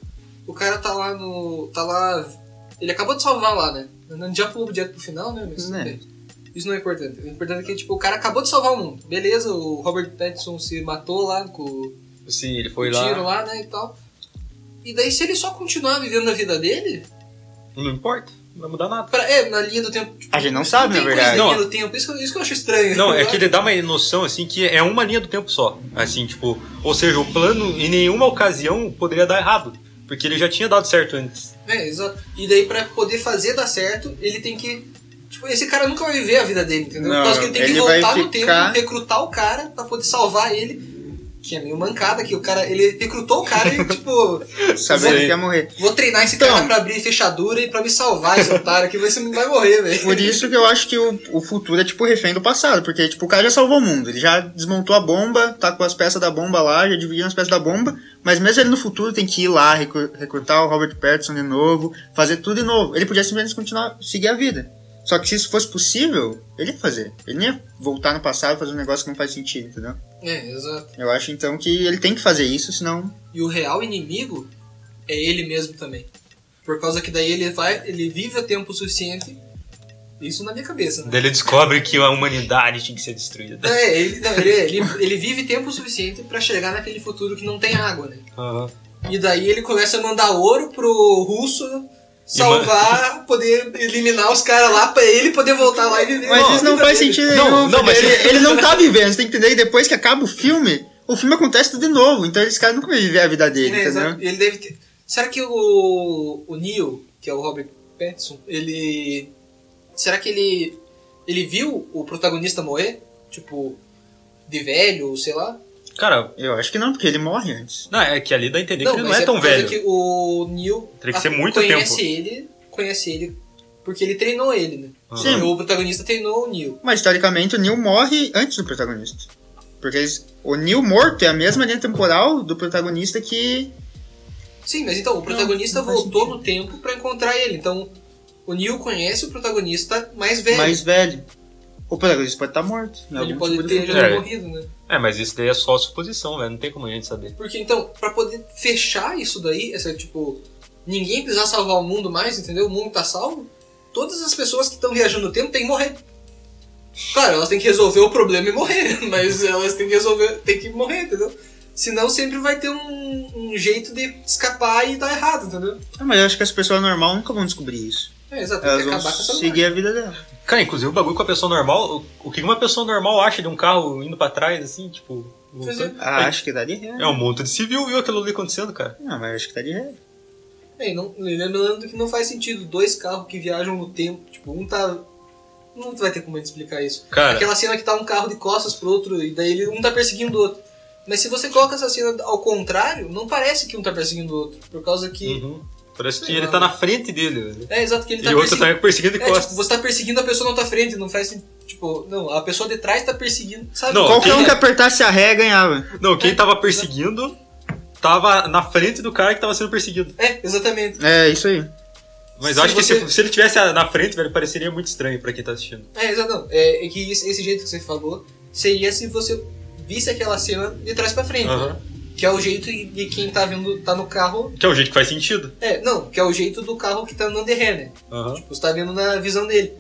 o cara tá lá no. tá lá. Ele acabou de salvar lá, né? Não já pulou direto pro final, né? Mas tudo
Né.
bem. Isso não é importante. O importante é que, tipo, o cara acabou de salvar o mundo. Beleza, o Robert Pattinson se matou lá com o
Sim, ele foi lá.
tiro lá, né? E tal. E daí, se ele só continuar vivendo a vida dele,
Não importa, não vai mudar nada.
pra, é, na linha do tempo. Tipo,
A gente não sabe, na
tem coisa
verdade.
na
Não.
linha do tempo. Isso, que eu- isso que eu acho estranho.
Não, é que ele dá uma noção, assim, que é uma linha do tempo só. Assim, tipo, ou seja, o plano em nenhuma ocasião poderia dar errado. Porque ele já tinha dado certo antes.
É, exato. E daí pra poder fazer dar certo, ele tem que. Tipo, esse cara nunca vai viver a vida dele, entendeu?
Não,
Por causa que ele tem que
ele vai
voltar no
ficar-
tempo, recrutar o cara pra poder salvar ele. Que é meio mancada, que o cara. Ele recrutou o cara e, tipo,
Saber
Sim.
que ia morrer.
vou treinar esse
Então.
cara pra abrir fechadura e pra me salvar, esse otário, que você não vai morrer, velho.
Por isso que eu acho que o, o futuro é tipo refém do passado, porque tipo, o cara já salvou o mundo, ele já desmontou a bomba, tá com as peças da bomba lá, já dividiu as peças da bomba, mas mesmo ele no futuro tem que ir lá, recru- recrutar o Robert Pattinson de novo, fazer tudo de novo. Ele podia simplesmente continuar, seguir a vida. Só que se isso fosse possível, ele ia fazer. Ele não ia voltar no passado e fazer um negócio que não faz sentido, entendeu?
É, exato.
Eu acho então que ele tem que fazer isso, senão.
E o real inimigo é ele mesmo também. Por causa que daí ele vai. ele vive o tempo suficiente. Isso na minha cabeça, né?
Daí ele descobre que a humanidade tinha que ser destruída.
É, ele, não, ele, ele, ele vive tempo suficiente pra chegar naquele futuro que não tem água, né?
Aham.
E daí ele começa a mandar ouro pro russo salvar, poder eliminar os caras lá pra ele poder voltar lá e viver.
Mas
a
isso não
vida
faz
dele.
sentido
Não,
nenhum.
não, mas-
ele, ele não tá vivendo, você tem que entender que depois que acaba o filme, o filme acontece tudo de novo. Então esse cara nunca vai viver a vida dele,
É,
entendeu?
exato. Ele deve ter... Será que o, o Neil, que é o Robert Pattinson, ele... Será que ele ele viu o protagonista morrer? Tipo, de velho, ou sei lá?
Cara,
Eu acho que não, porque ele morre antes.
não, é que ali dá a entender que ele não
mas
é tão
por causa
velho.
que o Neil
Teria que ser
a-
muito
conhece
tempo.
ele, conhece ele porque ele treinou ele, né?
Aham.
Sim.
O protagonista treinou o Neil.
Mas teoricamente o Neil morre antes do protagonista. Porque eles- o Neil morto é a mesma linha temporal do protagonista que.
Sim, mas então o protagonista
não faz
voltou no tempo pra encontrar ele. Então o Neil conhece o protagonista mais velho.
mais velho. O protagonista pode estar morto. em
ele
algum
pode
tipo de
ter
futuro.
já
É.
morrido, né?
É, mas isso daí é só suposição, velho. Não tem como a gente saber.
Porque então, pra poder fechar isso daí, essa tipo, ninguém precisar salvar o mundo mais, entendeu? O mundo tá salvo. Todas as pessoas que estão viajando no tempo têm que morrer. Claro, elas têm que resolver o problema e morrer, mas elas têm que resolver, têm que morrer, entendeu? Senão sempre vai ter um, um jeito de escapar e dar errado, entendeu?
Ah, mas eu acho que as pessoas normais nunca vão descobrir isso.
É, exato, tem
Elas
que
vão
acabar com essa
seguir a vida dela.
Cara, inclusive o bagulho com a pessoa normal, o- o que uma pessoa normal acha de um carro indo pra trás, assim, tipo.
Pois é.
voltando?
Ah, acho que daria ré.
É um monte de civil, viu aquilo ali acontecendo, cara?
Não, mas acho que daria ré.
É, e não, lembrando que não faz sentido dois carros que viajam no tempo, tipo, um tá. Não vai ter como a gente explicar isso.
Cara,
Aquela cena que tá um carro de costas pro outro e daí ele, um tá perseguindo o outro. Mas se você coloca essa cena ao contrário, não parece que um tá perseguindo o outro. Por causa que.
Uhum. Parece que
Sei
ele
lá.
tá na frente dele. velho.
É, exato, que ele tá
e o outro
perseguindo.
tá perseguindo de
É, tipo,
costas.
você tá perseguindo a pessoa na tua frente, não faz sen- Tipo, não, a pessoa de trás tá perseguindo, sabe?
Não,
Qualquer
quem- é?
um que apertasse a ré ganhava.
Não, quem
É.
tava perseguindo tava na frente do cara que tava sendo perseguido.
É, exatamente.
É, isso aí.
Mas
Se
eu acho que
você-
se, se ele tivesse na frente, velho, pareceria muito estranho pra quem tá assistindo.
É, exato. não. É, é que esse, esse jeito que você falou seria se você visse aquela cena de trás pra frente.
Aham.
Que é o jeito de- de quem tá vindo, tá no carro.
Que é o jeito que faz sentido.
É, não, que é o jeito do carro que tá andando de ré, né?
Aham.
Tipo, você tá vendo na visão dele.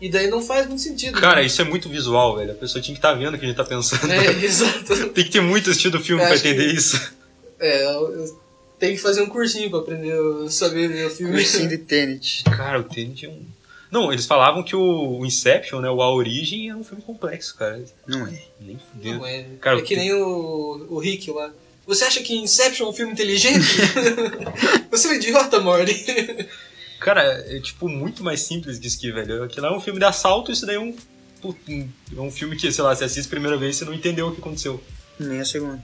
E daí não faz muito sentido. né?
Cara, isso é muito visual, velho. A pessoa tinha que estar vendo o que a gente tá pensando.
É, exato.
Tem que ter muito assistido o filme
Eu
pra
acho
entender
que-
isso.
É, eu- eu- Tem que fazer um cursinho pra aprender a saber ver o filme.
Cursinho de Tenet.
Cara, o Tenet é um. Não, eles falavam que o o Inception, né? O A Origem é um filme complexo, cara.
Não é.
Nem fudeu.
Não é.
Cara,
é que nem o, o Rick lá. Você acha que Inception é um filme inteligente? Você é um idiota, Morty.
Cara, é tipo muito mais simples disso que, velho. Aquilo lá é um filme de assalto, isso daí é um. put- um- É um filme que, sei lá, você assiste a primeira vez e você não entendeu o que aconteceu.
Nem a segunda.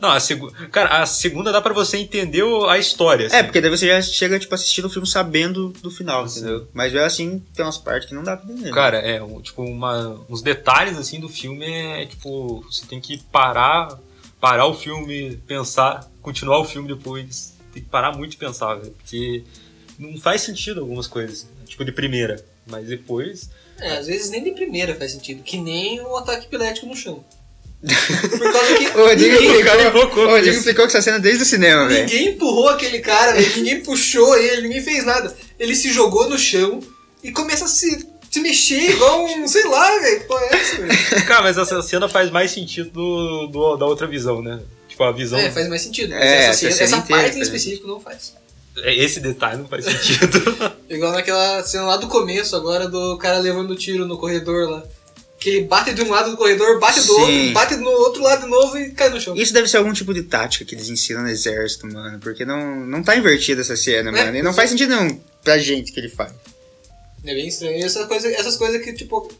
Não, a segunda. Cara, a segunda dá pra você entender o- a história.
É,
assim.
porque daí você já chega, tipo, assistindo o filme sabendo do final,
Sim.
entendeu? Mas é assim, tem umas partes que não dá pra entender.
Cara, é, um- tipo, uma, uns detalhes assim do filme é tipo, você tem que parar, parar o filme, pensar, continuar o filme depois. Tem que parar muito e pensar, velho, porque não faz sentido algumas coisas, tipo de primeira, mas depois.
É, às vezes nem de primeira faz sentido. Que nem o ataque epilético no chão. Por causa que
Ô, diga
ninguém,
que- cara
invocou
Ô, o Diego
isso.
explicou essa cena desde o cinema, velho.
ninguém empurrou aquele cara, velho, ninguém puxou ele, ninguém fez nada. Ele se jogou no chão e começa a se, se mexer igual um, sei lá, velho. que porra é essa, velho?
Cara, mas essa cena faz mais sentido do, do- da outra visão, né? Tipo, a visão.
É, faz mais sentido. Mas essa,
É, essa
cena-
cena
essa
inteira
parte em
faz
específico não faz.
é, Esse detalhe não faz sentido.
Igual naquela cena lá do começo, agora, do cara levando tiro no corredor lá. Que ele bate de um lado do corredor, bate do
Sim.
outro, bate no outro lado de novo e cai no chão.
Isso deve ser algum tipo de tática que eles ensinam no exército, mano. Porque não, não tá invertida essa cena,
É,
mano. E não faz sentido nenhum pra gente que ele faz.
É bem estranho. E essas coisas, essas coisas que, tipo,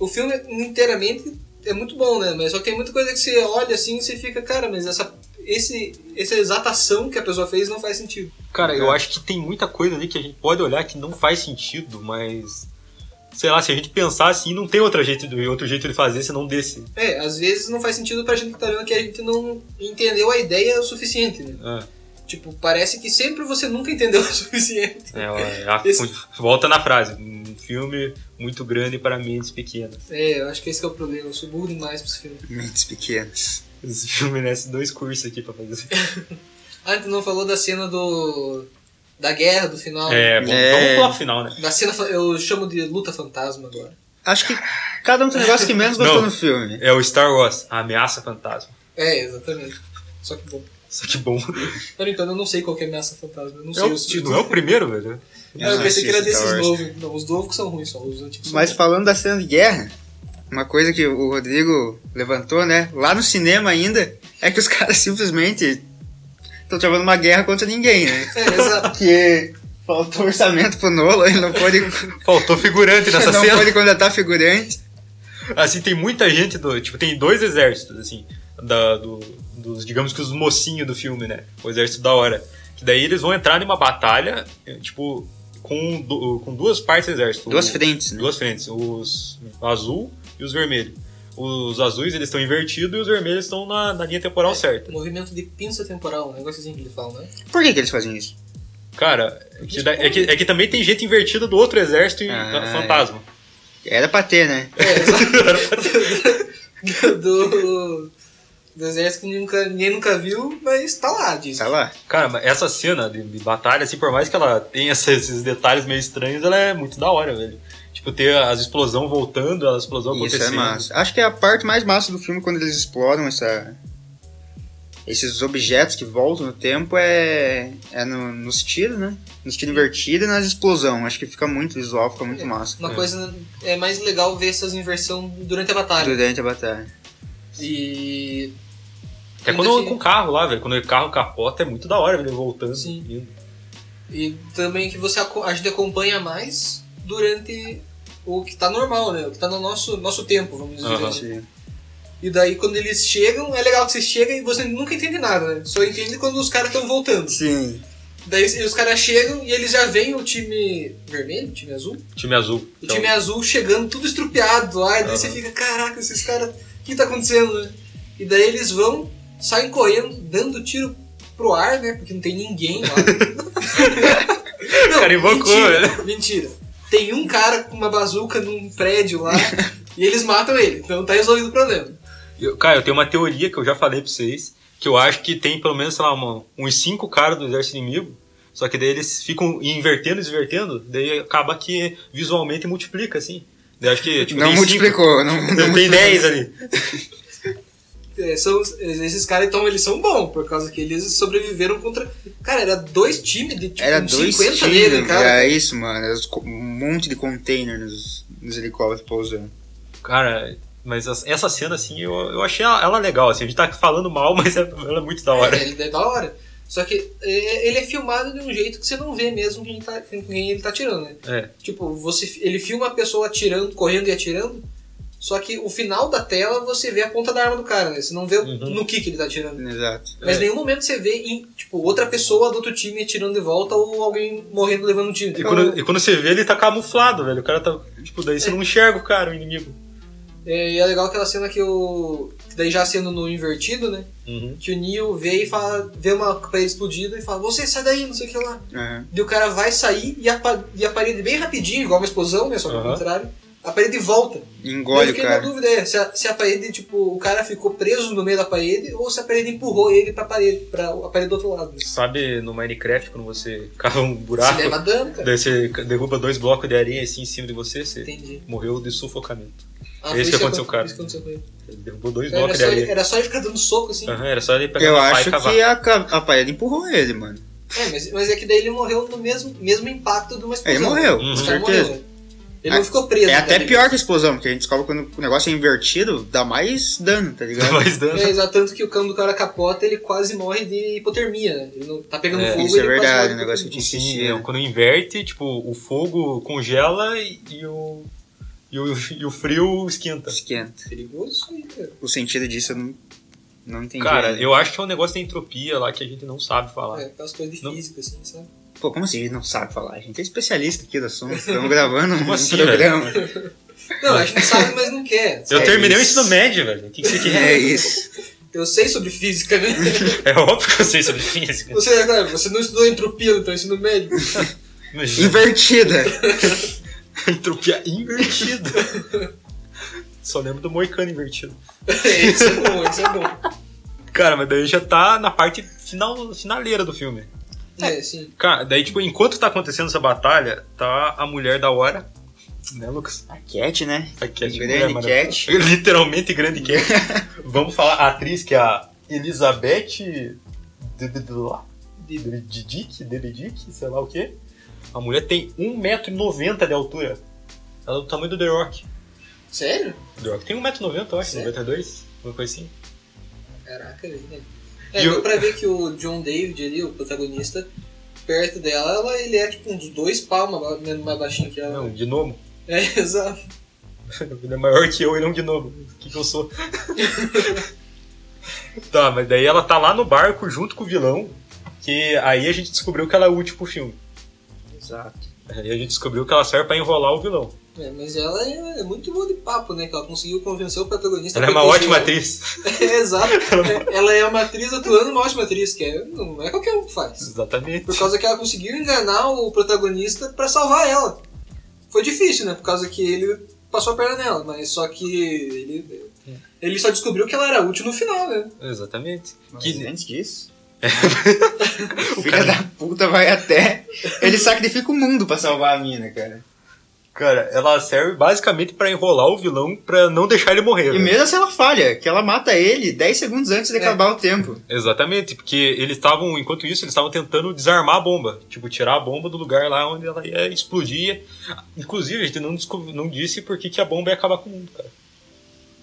o filme inteiramente é muito bom, né? Mas só que tem muita coisa que você olha assim e você fica, cara, mas essa, esse, essa exatação que a pessoa fez não faz sentido.
Cara, eu acho que tem muita coisa ali que a gente pode olhar que não faz sentido, mas. Sei lá, se a gente pensar assim, não tem outro jeito de, outro jeito de fazer senão desse.
É, às vezes não faz sentido pra gente que tá vendo que a gente não entendeu a ideia o suficiente, né?
Ah,
Tipo, parece que sempre você nunca entendeu o suficiente.
é, ó, é a-
Esse-
Volta na frase. Um filme muito grande para mentes pequenas.
É, eu acho que esse que é o problema. Eu sou burro demais pra esse filme.
Mentes pequenas.
Esse filme merece dois cursos aqui pra fazer.
Ah, tu não falou da cena do. da guerra do final. né?
É, bom,
É.
vamos pular pro final, né?
Da cena, fa- eu chamo de luta fantasma agora.
Acho que cada um tem um negócio que menos gostou
Não.
no filme.
É o Star Wars, a ameaça fantasma.
É, exatamente. Só que bom.
Só que bom.
Tô brincando, eu não sei qual que é ameaça fantasma. Eu não
É o,
sei os
não é
títulos.
o primeiro, velho.
É,
Ah, eu pensei que era
Não assisto Star
desses
Wars.
novos. Não, os novos que são ruins só, os antigos são
Mas
bons.
falando da cena de guerra, uma coisa que o Rodrigo levantou, né? Lá no cinema ainda, é que os caras simplesmente estão travando uma guerra contra ninguém, né?
É, exato.
Porque faltou orçamento pro Nolan, ele não pôde,
Faltou figurante nessa
não
cena.
pôde contratar figurante.
Assim, tem muita gente do. Tipo, tem dois exércitos, assim. Da, do, dos, digamos que os mocinhos do filme, né? O exército da hora. Que daí eles vão entrar numa batalha, eh, tipo, com, du- com duas partes do exército.
Duas
O-
frentes, né?
Duas frentes. Os azul e os vermelhos. Os azuis eles estão invertidos e os vermelhos estão na, na linha
É.
temporal certa.
Movimento de pinça temporal, um negócio assim que ele fala, né?
Por que, que eles fazem isso?
Cara, é que, da- é, que, é que também tem gente invertida do outro exército e
Ah, é.
fantasma.
Era pra ter, né?
É, exato. do. Do exército que nunca, ninguém nunca viu, mas tá lá, diz.
Tá lá.
Cara, mas essa cena de, de batalha, assim, por mais que ela tenha essa- esses detalhes meio estranhos, ela é muito da hora, velho. Tipo, ter as explosões voltando, as explosões
Isso é
acontecendo.
massa. Acho que é a parte mais massa do filme quando eles exploram essa- esses objetos que voltam no tempo é, é no- nos tiros, né? Nos tiros invertidos e nas explosões. Acho que fica muito visual, fica muito massa
Uma
É.
coisa é mais legal ver essas inversão durante a batalha.
durante a batalha.
E
Até é quando com o carro lá, velho. Quando o carro capota, é muito da hora, velho, voltando.
Sim.
Indo.
E também que você aco- a gente acompanha mais durante o que tá normal, né? O que tá no nosso, nosso tempo, vamos dizer
Aham.
assim. E daí quando eles chegam, é legal que você chega e você nunca entende nada, né? Só entende quando os caras estão voltando.
Sim.
Daí os caras chegam e eles já veem o time vermelho, o time azul.
Time azul.
O
Então,
time azul chegando tudo estrupiado lá, e daí
Aham.
você fica, caraca, esses caras, o que tá acontecendo? né? E daí eles vão, saem correndo, dando tiro pro ar, né? Porque não tem ninguém lá. não,
cara invocou, né?
mentira, mentira. Tem um cara com uma bazuca num prédio lá e eles matam ele. Então tá resolvido o problema.
Eu- cara, eu tenho uma teoria que eu já falei pra vocês, que eu acho que tem pelo menos, sei lá, uma- uns cinco caras do exército inimigo. Só que daí eles ficam invertendo, invertendo, daí acaba que visualmente multiplica, assim. Daí acho que, tipo,
não
tem cinco.
multiplicou. Não, não
Tem 10 ali.
é, são, esses caras, então, eles são bons, por causa que eles sobreviveram contra. Cara, era dois times de tipo,
Era
uns
dois né? É.
50
tiros,
negros, cara.
era isso, mano. Era os co- um monte de container nos, nos helicópteros pousando.
Cara, mas as- essa cena, assim, eu, eu achei ela ela legal, assim. A gente tá falando mal, mas é- ela é muito da hora.
É, ele é da hora. Só que é, ele é filmado de um jeito que você não vê mesmo quem, tá, quem- quem ele tá atirando, né?
É.
Tipo, você, ele filma a pessoa atirando, correndo e atirando, só que o final da tela você vê a ponta da arma do cara, né? Você não vê o-
Uhum.
no que, que ele tá atirando.
Exato.
Mas
É.
em nenhum momento você vê em, tipo, outra pessoa do outro time atirando de volta ou alguém morrendo levando um tiro.
E quando, e quando você vê, ele tá camuflado, velho. O cara tá. Tipo, daí você não enxerga o cara, o inimigo.
É, e é legal aquela cena que o. que Daí já sendo no invertido, né?
Uhum.
Que o Neo vê e fala, vê uma parede explodida e fala, você sai daí, não sei o que lá.
Aham.
E o cara vai sair e a, pa- e a parede bem rapidinho, igual uma explosão, né? Só que ao
Aham.
contrário, a parede volta. eu
Engole o
fiquei na
cara.
dúvida é, se a, se a parede, tipo, o cara ficou preso no meio da parede ou se a parede empurrou ele pra parede, pra a parede do outro lado. né?
Sabe no Minecraft, quando você cava um
Se
buraco,
leva dano, cara.
daí você derruba dois blocos de areia assim em cima de você, você
Entendi.
morreu de sufocamento. É
Ah, foi
isso que aconteceu,
acon-
cara.
Isso que aconteceu com ele.
Ele derrubou dois
Era
blocos de
só,
areia.
era só ele ficar dando soco assim.
Aham, era só ele pegar
Eu
na pá e
acho
cavar.
que a, ca- a parede empurrou ele, mano.
É, mas, mas é que daí ele morreu no mesmo, mesmo impacto de uma
Ele
explosão.
morreu,
Uhum.
com
O cara
certeza.
morreu. Ele não ficou preso.
É
tá
até
ligado?
pior que a explosão, porque a gente descobre quando o negócio é invertido, dá mais dano, tá ligado?
Mais dano.
É, exato, tanto que o cano do cara capota, ele quase morre de hipotermia, né? Ele não tá pegando
É,
fogo.
isso é
ele quase
verdade,
morre de
o negócio
hipotermia.
que
Sim,
Insistia.
é, quando inverte, tipo, o fogo congela e, e o, e, o, e o frio esquenta.
Esquenta.
Perigoso isso aí, cara.
O sentido disso eu não, não entendi.
Cara,
ainda.
eu acho que é um negócio da entropia lá que a gente não sabe falar.
É, aquelas coisas de
Não.
física, assim, sabe?
Pô, como assim? A gente não sabe falar? A gente é especialista aqui do assunto. Estamos gravando um
Como assim,
programa.
Não, a gente não sabe, mas não quer.
Eu
É
terminei
isso.
o ensino médio, velho. O que, que você quer?
É isso.
Eu sei sobre física, né?
É óbvio que eu sei sobre física.
Você, é claro, você não estudou entropia no teu ensino médio.
Imagina,
Invertida.
entropia invertida. Só lembro do moicano invertido.
É, isso é bom, isso é bom.
Cara, mas daí já tá na parte final, finaleira do filme.
É, sim.
Cara, daí, tipo, enquanto tá acontecendo essa batalha, tá a mulher da hora. Né, Lucas?
A Cat, né?
A Cat, é
Grande
mulher
Cat.
maravilhosa. Literalmente grande Cat. Vamos falar a atriz que é a Elizabeth Debedla- Debedick, Debedick, sei lá o quê. A mulher tem 1,90m de altura. Ela é do tamanho do The Rock.
Sério?
The Rock tem 1,90m, eu acho,
Sério?
92, alguma coisa assim.
Caraca, né? É,
E
deu
eu-
pra ver que o John David ali, o protagonista, perto dela, ela, ele é tipo uns dois palmas ba- menos mais baixinho que ela.
Não, um gnomo.
É, exato.
Ele é maior que eu, ele é um gnomo. O que, que eu sou? tá, mas daí ela tá lá no barco junto com o vilão. Que aí a gente descobriu que ela é útil pro filme.
Exato.
Aí a gente descobriu que ela serve pra enrolar o vilão.
É, mas ela é, é muito boa de papo, né? Que ela conseguiu convencer o protagonista.
Ela é
a
uma
proteger
ótima
ela.
atriz.
É, exato. É, ela é uma atriz atuando uma ótima atriz, que é, não é qualquer um que faz.
Exatamente.
Por causa que ela conseguiu enganar o protagonista pra salvar ela. Foi difícil, né? Por causa que ele passou a perna nela, mas só que ele. Ele só descobriu que ela era útil no final, né?
Exatamente.
Mas
Que- né? É.
antes disso. o
O
filho
cara-
da puta vai até. Ele sacrifica o mundo pra salvar a mina, cara.
Cara, ela serve basicamente pra enrolar o vilão pra não deixar ele morrer. né?
E mesmo se ela falha, que ela mata ele 10 segundos antes de
É.
acabar o tempo.
Exatamente, porque eles estavam, enquanto isso, eles estavam tentando desarmar a bomba. Tipo, tirar a bomba do lugar lá onde ela ia explodir. Inclusive, a gente não, desco- não disse por que que a bomba ia acabar com o mundo, cara.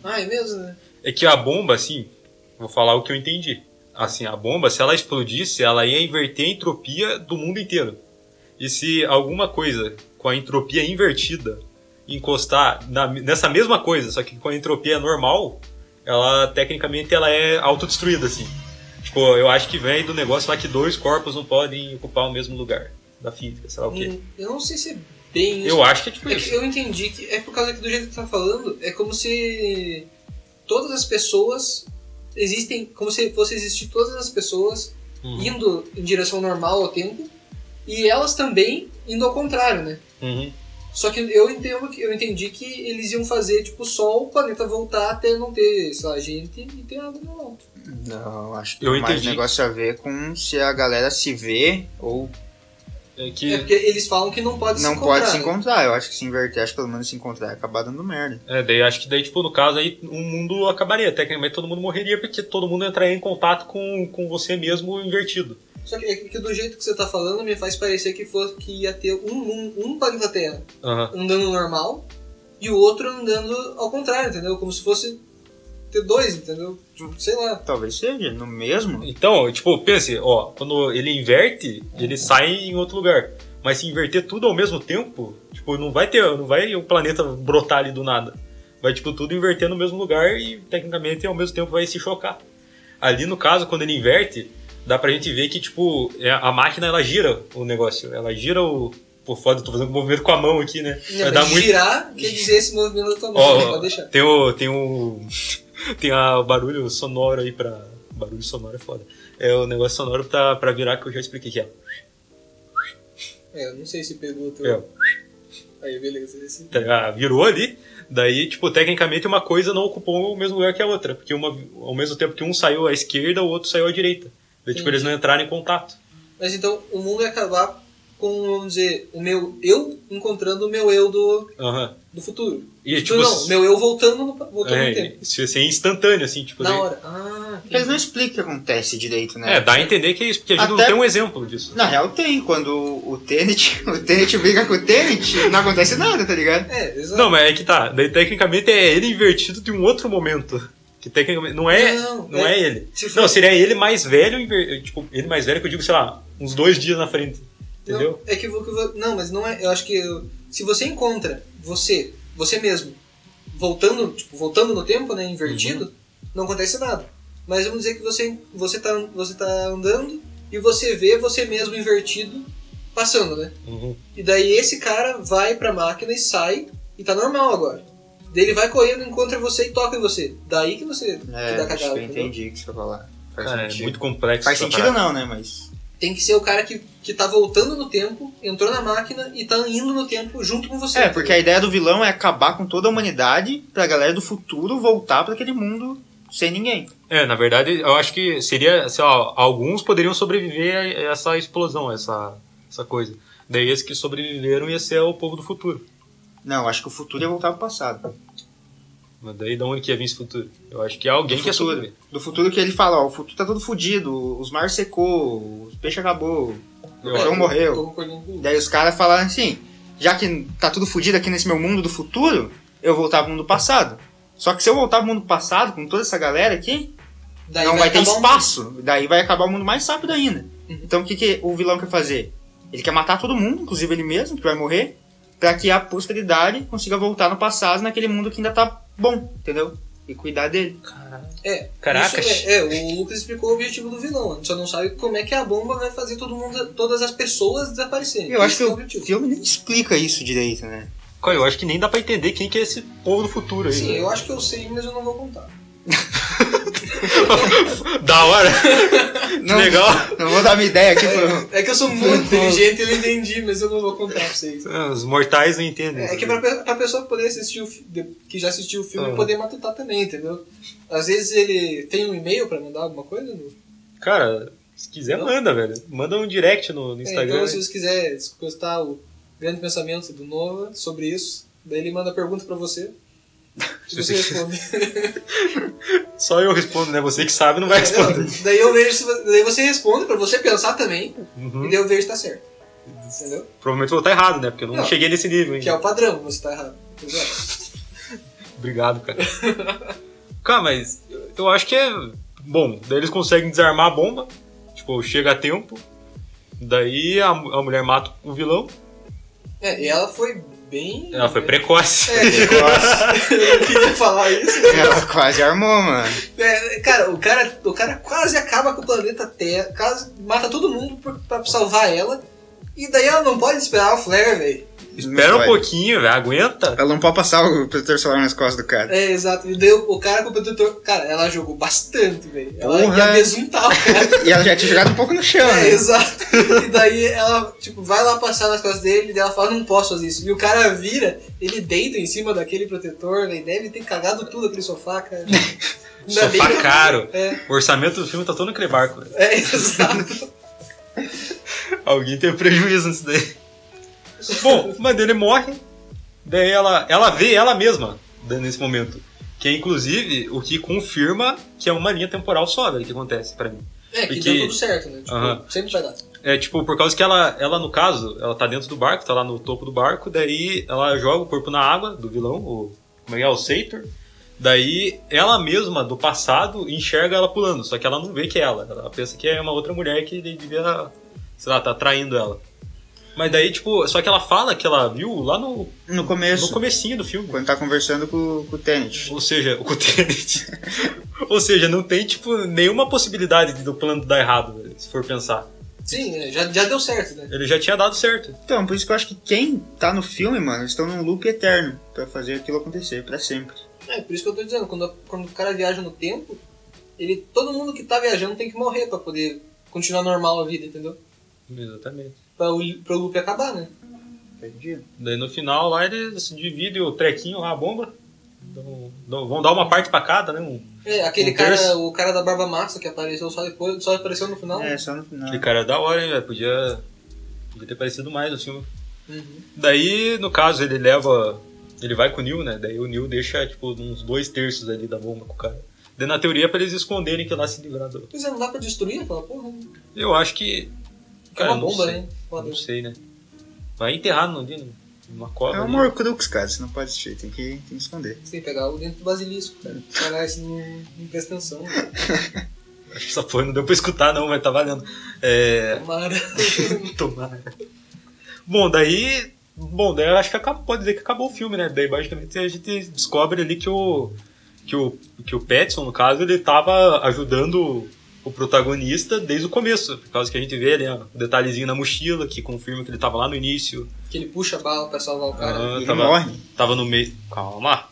Ah, é mesmo, né?
É que a bomba, assim, vou falar o que eu entendi. Assim, a bomba, se ela explodisse, ela ia inverter a entropia do mundo inteiro. E se alguma coisa com a entropia invertida encostar na- nessa mesma coisa, só que com a entropia normal, ela tecnicamente ela é autodestruída, assim. Tipo, eu acho que vem do negócio lá que dois corpos não podem ocupar o mesmo lugar da física, sei lá o quê.
Hum, Eu não sei se é bem isso.
Eu acho que é tipo
É que
isso.
eu entendi que é por causa que do jeito que tu tá falando, é como se todas as pessoas existem, como se fosse existir todas as pessoas
Uhum.
indo em direção normal ao tempo e elas também indo ao contrário, né?
Uhum.
Só que eu entendo que eu entendi que eles iam fazer tipo só o planeta voltar até não ter, sei lá, gente e ter água normal.
Não, acho que
Eu
tem mais
entendi.
negócio a ver com se a galera se vê ou
É
É
que.
porque eles falam que não pode se
Não
encontrar.
pode se
né?
encontrar. Eu acho que se inverter, acho que pelo menos se encontrar é acabar dando merda.
É, daí acho que daí, tipo, no caso aí o mundo acabaria. Tecnicamente todo mundo morreria porque todo mundo entraria em contato com, com você mesmo invertido.
Só que, é que do jeito que você tá falando, me faz parecer que, fosse, que ia ter um, um, um planeta Terra
Aham.
andando normal e o outro andando ao contrário, entendeu? Como se fosse ter dois, entendeu? Tipo, sei lá.
Talvez seja, no mesmo.
Então, tipo, pense, ó, quando ele inverte, ele sai em outro lugar. Mas se inverter tudo ao mesmo tempo, tipo, não vai ter, não vai o planeta brotar ali do nada. Vai, tipo, tudo inverter no mesmo lugar e, tecnicamente, ao mesmo tempo vai se chocar. Ali, no caso, quando ele inverte, dá pra gente ver que, tipo, é- a máquina, ela gira o negócio. Ela gira o... Pô, foda, eu tô fazendo um movimento com a mão aqui, né?
Não,
Vai dar
mas
muito...
girar quer dizer esse movimento da tua mão,
Ó,
né?
ó,
pode deixar.
Tem o. Tem o. Tem a, o barulho sonoro aí pra. Barulho sonoro é foda. É o negócio sonoro tá, pra, pra virar que eu já expliquei que é.
É, eu não sei se pegou o teu.
É.
Aí, beleza. Esse...
Tá ligado? Virou ali, daí, tipo, tecnicamente uma coisa não ocupou o mesmo lugar que a outra. Porque uma, ao mesmo tempo que um saiu à esquerda, o outro saiu à direita. Daí, tipo,
Entendi.
eles não entraram em contato.
Mas então o mundo ia acabar com, vamos dizer, o meu eu encontrando o meu eu do,
Aham.
do futuro.
E
Futuro
tipo.
não, meu eu voltando no, voltando no
é,
tempo.
isso ia ser instantâneo, assim, tipo.
Na
daí-
hora. Ah, entendi.
Eles não explicam o que acontece direito, né?
é, dá a entender que é isso, porque a gente não
Até-
tem um exemplo disso.
Na real tem, quando o Tenet, o Tenet briga com o Tenet, não acontece nada, tá ligado?
É, exato.
Não, mas é que tá. Daí, tecnicamente, é ele invertido de um outro momento. Que tecnicamente. Não é.
não,
Não é ele.
Se for-
Não, seria ele mais velho, inver- tipo, ele mais velho que eu digo, sei lá, uns dois dias na frente.
não,
Entendeu?
é que, eu vou- que eu vou- não, mas não é. Eu acho que eu- se você encontra você, você mesmo, voltando, tipo, voltando no tempo, né, invertido,
Uhum.
não acontece nada. Mas vamos dizer que você você tá você tá andando e você vê você mesmo invertido passando, né?
Uhum.
E daí esse cara vai pra máquina e sai e tá normal agora. Daí ele vai correndo, encontra você e toca em você. Daí que você que
É,
dá
acho
cagada.
que eu
entendeu?
entendi o que você vai falar. Faz
Cara, é
sentido.
muito complexo.
Faz
essa
sentido
parada.
não, né, mas...
Tem que ser o cara que, que tá voltando no tempo, entrou na máquina e tá indo no tempo junto com você.
É, porque a ideia do vilão é acabar com toda a humanidade pra galera do futuro voltar pra aquele mundo sem ninguém.
É, na verdade, eu acho que seria, sei lá, alguns poderiam sobreviver a essa explosão, a essa, essa coisa. Daí esses que sobreviveram ia ser o povo do futuro.
Não, acho que o futuro é voltar pro passado.
Mas daí de onde que ia vir esse futuro? Eu acho que é alguém
Do
que ia
futuro.
sobreviver.
Do futuro que ele fala, ó, o futuro tá todo fudido, os mares secou, os peixes acabou, o
Eu
É.
cachorro morreu.
Tô concordando com o Lucas.
Daí os caras falaram assim, já que tá tudo fudido aqui nesse meu mundo do futuro, eu vou voltar pro mundo passado. Só que se eu voltar pro mundo passado com toda essa galera aqui,
Daí
não vai, ter
acabar um-
espaço. Daí vai acabar o mundo mais rápido ainda.
Uhum.
Então o que, que o vilão quer fazer? Ele quer matar todo mundo, inclusive ele mesmo, que vai morrer, pra que a posteridade consiga voltar no passado, naquele mundo que ainda tá bom, entendeu? E cuidar dele.
É,
Caracas.
isso é, é, o Lucas explicou o objetivo do vilão. A gente só não sabe como é que a bomba vai fazer todo mundo, todas as pessoas desaparecerem.
Eu acho
Esse
que
é o
o
objetivo.
filme nem explica isso direito, né?
é- Cara, eu acho que nem dá pra entender quem que é esse povo do futuro aí.
Sim,
né?
eu acho que eu sei, mas eu não vou contar.
Da hora!
Não,
Legal!
Não vou dar minha ideia aqui pro...
É que eu sou muito inteligente, eu entendi, mas eu não vou contar pra vocês.
Ah, Os mortais não entendem.
É que pra, pra pessoa poder assistir o fi- de- que já assistiu o filme
Ah.
poder matutar também, entendeu? Às vezes ele tem um e-mail pra mandar alguma coisa, né?
Cara, se quiser, manda, velho. Manda um direct no, no
É,
Instagram.
então, se você quiser escutar o grande pensamento do Nova sobre isso, daí ele manda a pergunta pra você.
Se
e
você-
Você responde.
Só eu respondo, né? Você que sabe não vai responder.
Não, daí eu vejo, se- daí você responde pra você pensar também,
Uhum.
e daí eu vejo se tá certo. Entendeu?
Provavelmente eu vou estar errado, né? Porque eu não,
Não.
cheguei nesse nível
Que é
ainda.
o padrão, você tá errado. Exato.
Obrigado, cara. cara, mas eu- eu acho que é. Bom, daí eles conseguem desarmar a bomba. Tipo, chega a tempo. Daí a, mu- a mulher mata o vilão.
É, e ela foi bem.
Ela foi precoce.
É,
Nossa,
eu queria falar isso.
ela quase armou, mano.
É, cara, o cara, o cara quase acaba com o planeta Terra, quase mata todo mundo pra, pra salvar ela. E daí ela não pode esperar o Flare, velho.
Espera
Não
um
vai.
pouquinho, velho. Aguenta.
Ela não pode passar o protetor solar nas costas do cara.
É, exato. E daí o, o cara com o protetor. Cara, ela jogou bastante, velho. Ela
Porra.
ia desuntar o cara.
E ela já tinha jogado um pouco no chão,
É,
né?
exato. E daí ela, tipo, vai lá passar nas costas dele e daí ela fala, não posso fazer isso. E o cara vira, ele deita em cima daquele protetor, velho. Deve ter cagado tudo aquele sofá, cara. Ainda bem
Sofá
que-
caro.
É,
O orçamento do filme tá todo naquele barco. velho.
é, exato.
Alguém teve prejuízo nisso daí. Bom, mas ele morre. Daí ela, ela vê ela mesma né, nesse momento. Que é inclusive o que confirma que é uma linha temporal só, velho, que acontece pra mim.
É, que
E
deu
que-
tudo certo, né? Tipo,
Aham.
sempre vai dar.
É, tipo, por causa que ela, ela, no caso, ela tá dentro do barco, tá lá no topo do barco, daí ela joga o corpo na água do vilão, o, como é que é, o Sator. Daí ela mesma, do passado, enxerga ela pulando, só que ela não vê que é ela. Ela pensa que é uma outra mulher que devia, sei lá, tá traindo ela. Mas daí, tipo, só que ela fala que ela viu lá no,
No começo,
no comecinho do filme.
quando tá conversando com, com o Tenet.
Ou seja, o Tenet. Ou seja, não tem, tipo, nenhuma possibilidade de- do plano dar errado, velho, se for pensar.
Sim, é, já, já deu certo, né?
Ele já tinha dado certo.
Então, por isso que eu acho que quem tá no filme, mano, eles estão num loop eterno pra fazer aquilo acontecer pra sempre.
É, por isso que eu tô dizendo, quando, quando o cara viaja no tempo, ele, todo mundo que tá viajando tem que morrer pra poder continuar normal a vida, entendeu?
Exatamente.
Pra o, pra o loop acabar, né?
Entendido?
Daí no final lá eles assim, dividem o trequinho lá, a bomba. Dão- dão- vão dar uma parte pra cada, né? Um,
É, aquele
Um
cara,
terço.
o cara da barba massa que apareceu só depois, só apareceu no final.
É, só no final.
Ah.
Aquele cara é da hora, hein, velho? Podia, podia ter parecido mais o filme.
Uhum.
Daí, no caso, ele leva. Ele vai com o Neil, né? Daí o Neil deixa, tipo, uns dois terços ali da bomba com o cara. Daí na teoria é pra eles esconderem que lá se livrar do.
Pois é, não dá pra destruir aquela porra, né?
Eu acho que.
É
Cara,
uma
eu não
bomba,
sei.
né? Foda.
Não sei, né? Vai enterrar no ali, numa cobra.
É
ali.
um Horcrux, cara, você não pode assistir, tem que, tem que esconder.
Sem pegar o dentro do basilisco,
É.
cara. Caralho, isso não, não presta atenção. Né?
Acho que Essa porra não deu pra escutar, não, mas tá valendo. É.
Tomara.
Tomara. Bom, daí. Bom, daí eu acho que acabou, pode dizer que acabou o filme, né? Daí basicamente a gente descobre ali que o. que o, que o Petson, no caso, ele tava ajudando o protagonista desde o começo. Por causa que a gente vê ali, ó, o detalhezinho na mochila, que confirma que ele tava lá no início.
que ele puxa a bala pra salvar o cara.
Ah,
Ele
tava,
morre.
tava no meio. Calma,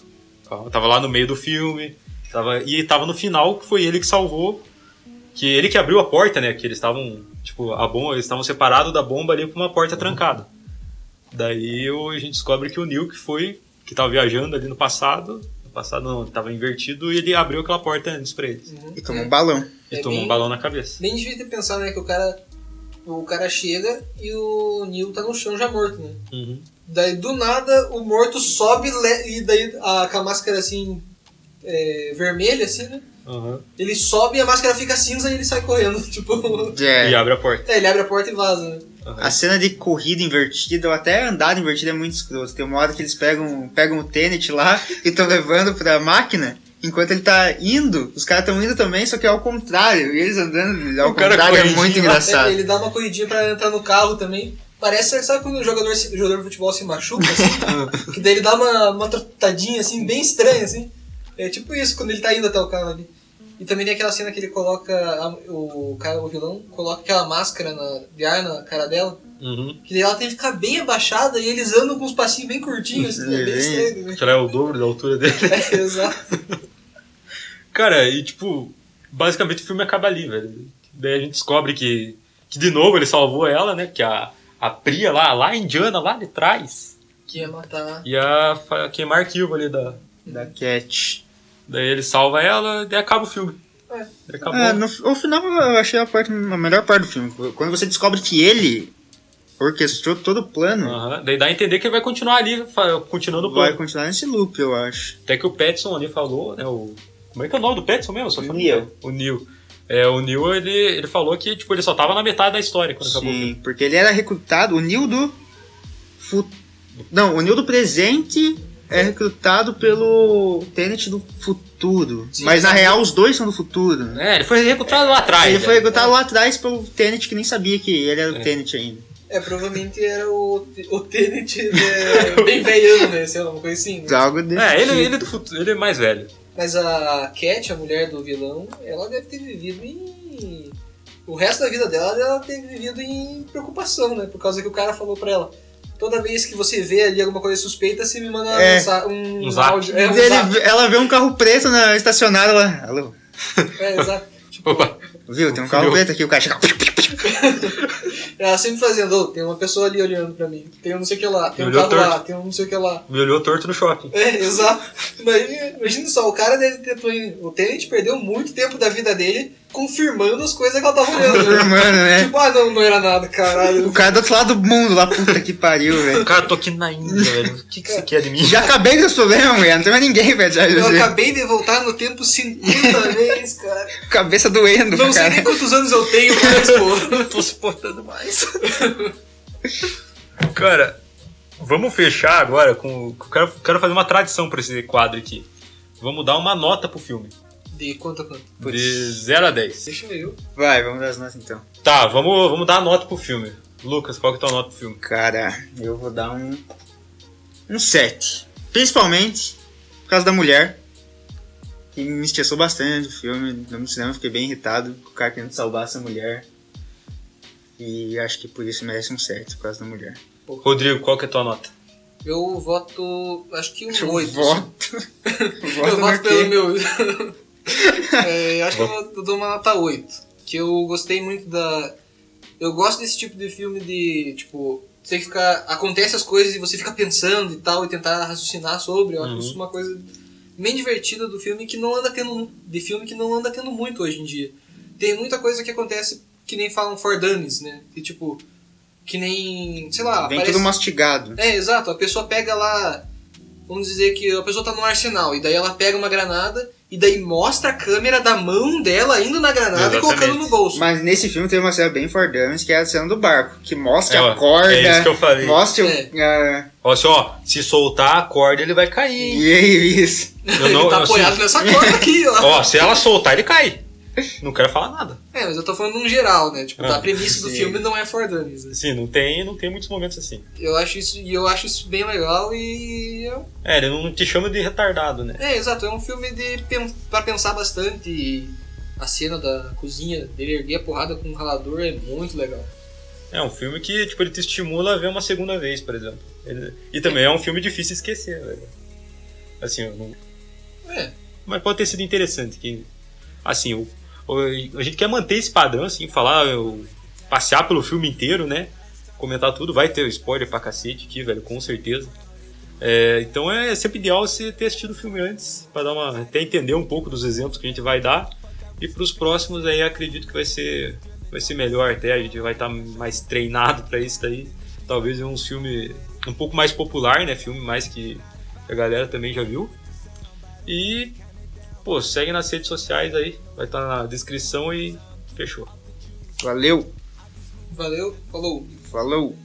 calma. Tava lá no meio do filme. Tava, e tava no final, que foi ele que salvou. Que ele que abriu a porta, né? Que eles estavam. Tipo, a bomba, eles estavam separados da bomba ali com uma
Uhum.
porta trancada. Daí o- a gente descobre que o Neil que foi. Que tava viajando ali no passado. No passado não, tava invertido e ele abriu aquela porta antes pra eles.
Uhum.
E toma um balão.
E
É
tomou
bem-
um balão na cabeça.
Nem devia ter pensado, né, que o cara. O cara chega e o Neil tá no chão já morto, né?
Uhum.
Daí do nada o morto sobe le- e daí a, com a máscara assim. é, vermelha, assim, né?
Uhum.
Ele sobe e a máscara fica cinza e ele sai correndo. Tipo.
E
É,
abre a porta.
É, ele abre a porta e vaza, né?
Uhum.
a cena de corrida invertida, ou até andada invertida é muito escroto. Tem uma hora que eles pegam, pegam o Tenet lá e estão levando pra máquina. Enquanto ele tá indo, os caras estão indo também, só que é ao contrário. E eles andando ao
O cara
contrário é
corridinho
muito
lá.
É,
engraçado.
ele dá uma corridinha pra entrar no carro também. Parece, sabe quando o jogador, se- jogador de futebol se machuca, assim? que daí ele dá uma, uma trotadinha, assim, bem estranha, assim. É tipo isso, quando ele tá indo até o carro ali. E também tem aquela cena que ele coloca, a- o cara, o vilão, coloca aquela máscara na- de ar na cara dela.
Uhum.
Que daí ela tem que ficar bem abaixada e eles andam com uns passinhos bem curtinhos, assim, é bem
Bem-
estranho, né?
Será é o dobro da altura dele?
É, exato.
Cara, e tipo, basicamente o filme acaba ali, velho. Daí a gente descobre que, que de novo ele salvou ela, né? Que a, a Priya lá, lá a indiana, lá de trás,
Que ia matar.
ia fa- queimar arquivo ali da.
Da Cat.
Daí ele salva ela e acaba o filme.
É.
Daí Acabou.
É, no, o final eu achei a, parte, a melhor parte do filme. Quando você descobre que ele orquestrou todo o plano,
Aham. Daí dá a entender que ele vai continuar ali, fa- continuando Ah, o
vai
plano.
continuar nesse loop, eu acho.
Até que o Petson ali falou, né? O... Como é que é o nome do Petson mesmo? Só falei- né?
Neil.
O Neil. É, o Neil, ele, ele falou que tipo, ele só tava na metade da história quando acabou o filme.
Sim, porque ele era recrutado, o Nil do. Fu... Não, o Nil do presente é recrutado pelo Tenet do futuro.
Sim,
mas na
mas-
real os dois são do futuro. né?
É, ele foi recrutado lá atrás.
ele foi
velho.
recrutado lá atrás pelo Tenet que nem sabia que ele era o
É.
Tenet ainda.
É, provavelmente era o, o Tenet né, bem velhano, né? Sei lá, uma coisa assim. né?
Algo desse
É, ele,
tipo.
ele, é do futuro, ele é mais velho.
Mas a Cat, a mulher do vilão, ela deve ter vivido em. O resto da vida dela, ela teve vivido em preocupação, né? Por causa que o cara falou pra ela: toda vez que você vê ali alguma coisa suspeita, você me manda uma
É.
mensa- um,
Um zap.
áudio. É, um
Ele-
zap.
ela vê um carro preto na estacionada lá. Alô,
É, exato.
Opa,
viu? Tem um carro
Fudeu.
preto aqui, o cara chega.
Ela sempre fazendo, "Ô, tem uma pessoa ali olhando pra mim, tem um não sei o que lá, tem um
Olhou
carro lá,
torto.
tem um não sei o que lá.
Me olhou torto no shopping.
É, exato. Imagina, imagina só, o cara deve ter. O Tenant perdeu muito tempo da vida dele confirmando as coisas que ela tava olhando. né?
Mano, né?
Tipo, ah, não, não era nada, caralho.
O cara do outro lado do mundo lá, puta que pariu, velho.
Cara, tô aqui na Índia, velho. O que, que você quer de mim?
Já acabei com os problemas, mulher. Não tem mais ninguém, velho. já-
Eu
já-
acabei de voltar no tempo 50 vezes, cara.
Cabeça doendo,
Não sei
cara.
nem quantos anos eu tenho, mas, pô.
não tô suportando mais. Cara, vamos fechar agora com. Quero, quero fazer uma tradição pra esse quadro aqui. Vamos dar uma nota pro filme.
De quanto a quanto?
Putz.
De 0 a 10.
Deixa eu.
Vai, vamos dar as notas então.
Tá, vamos, vamos dar a nota pro filme. Lucas, qual que é a tua nota pro filme?
Cara, eu vou dar um. Um 7. Principalmente por causa da mulher. Que me estressou bastante o filme. No cinema eu fiquei bem irritado com o cara querendo salvar essa mulher. E acho que por isso merece um 7, por causa da mulher.
Rodrigo, qual que é a tua nota?
Eu voto. Acho que um
Eu
8.
voto.
Eu
voto
voto
no
pelo
quê?
meu. É, acho que eu eu dou uma nota 8. Que eu gostei muito da. Eu gosto desse tipo de filme de. Tipo, você fica. Acontece as coisas e você fica pensando e tal, e tentar raciocinar sobre. Eu acho
Uhum.
isso uma coisa bem divertida do filme que não anda tendo. De filme que não anda tendo muito hoje em dia. Tem muita coisa que acontece que nem falam for dummies, né? Que tipo. Que nem. sei lá,
Vem
parece-
tudo mastigado.
é, exato. A pessoa pega lá. Vamos dizer que a pessoa tá no arsenal, e daí ela pega uma granada, e daí mostra a câmera da mão dela indo na granada e
Exatamente.
colocando no bolso.
Mas nesse filme tem uma cena bem fordames que é a cena do barco. Que mostra
ó,
a corda,
é isso que eu falei.
mostra o.
É.
ah,
Ó, assim, ó, se soltar a corda, ele vai cair. hein?
e aí, isso.
Eu
Ele
não-
tá
eu, assim,
apoiado nessa corda aqui, ó.
ó, se ela soltar, ele cai. Não quero falar nada.
É, mas eu tô falando num geral, né? Tipo,
Ah,
a premissa do
sim.
filme não é for dummies, né?
Assim, não tem, não tem muitos momentos assim.
Eu acho isso, e eu acho isso bem legal e. eu-
É, ele não te chama de retardado, né?
É, exato, é um filme de pen- pra pensar bastante e a cena da cozinha dele erguer a porrada com um ralador é muito legal.
É um filme que, tipo, ele te estimula a ver uma segunda vez, por exemplo. Ele- E também é um filme difícil de esquecer, velho. Assim, eu não...
É.
Mas pode ter sido interessante. Que, assim, o, o- a gente quer manter esse padrão, assim, falar, eu- passear pelo filme inteiro, né? Comentar tudo. Vai ter spoiler pra cacete aqui, velho, com certeza. É, então é sempre ideal você ter assistido o filme antes, pra dar uma, até entender um pouco dos exemplos que a gente vai dar. E pros próximos aí, acredito que vai ser vai ser melhor até, a gente vai estar mais treinado para isso daí. Talvez é um filme um pouco mais popular, né? Filme mais que a galera também já viu. E, pô, segue nas redes sociais aí, vai estar na descrição e fechou.
Valeu,
Valeu, falou!
falou.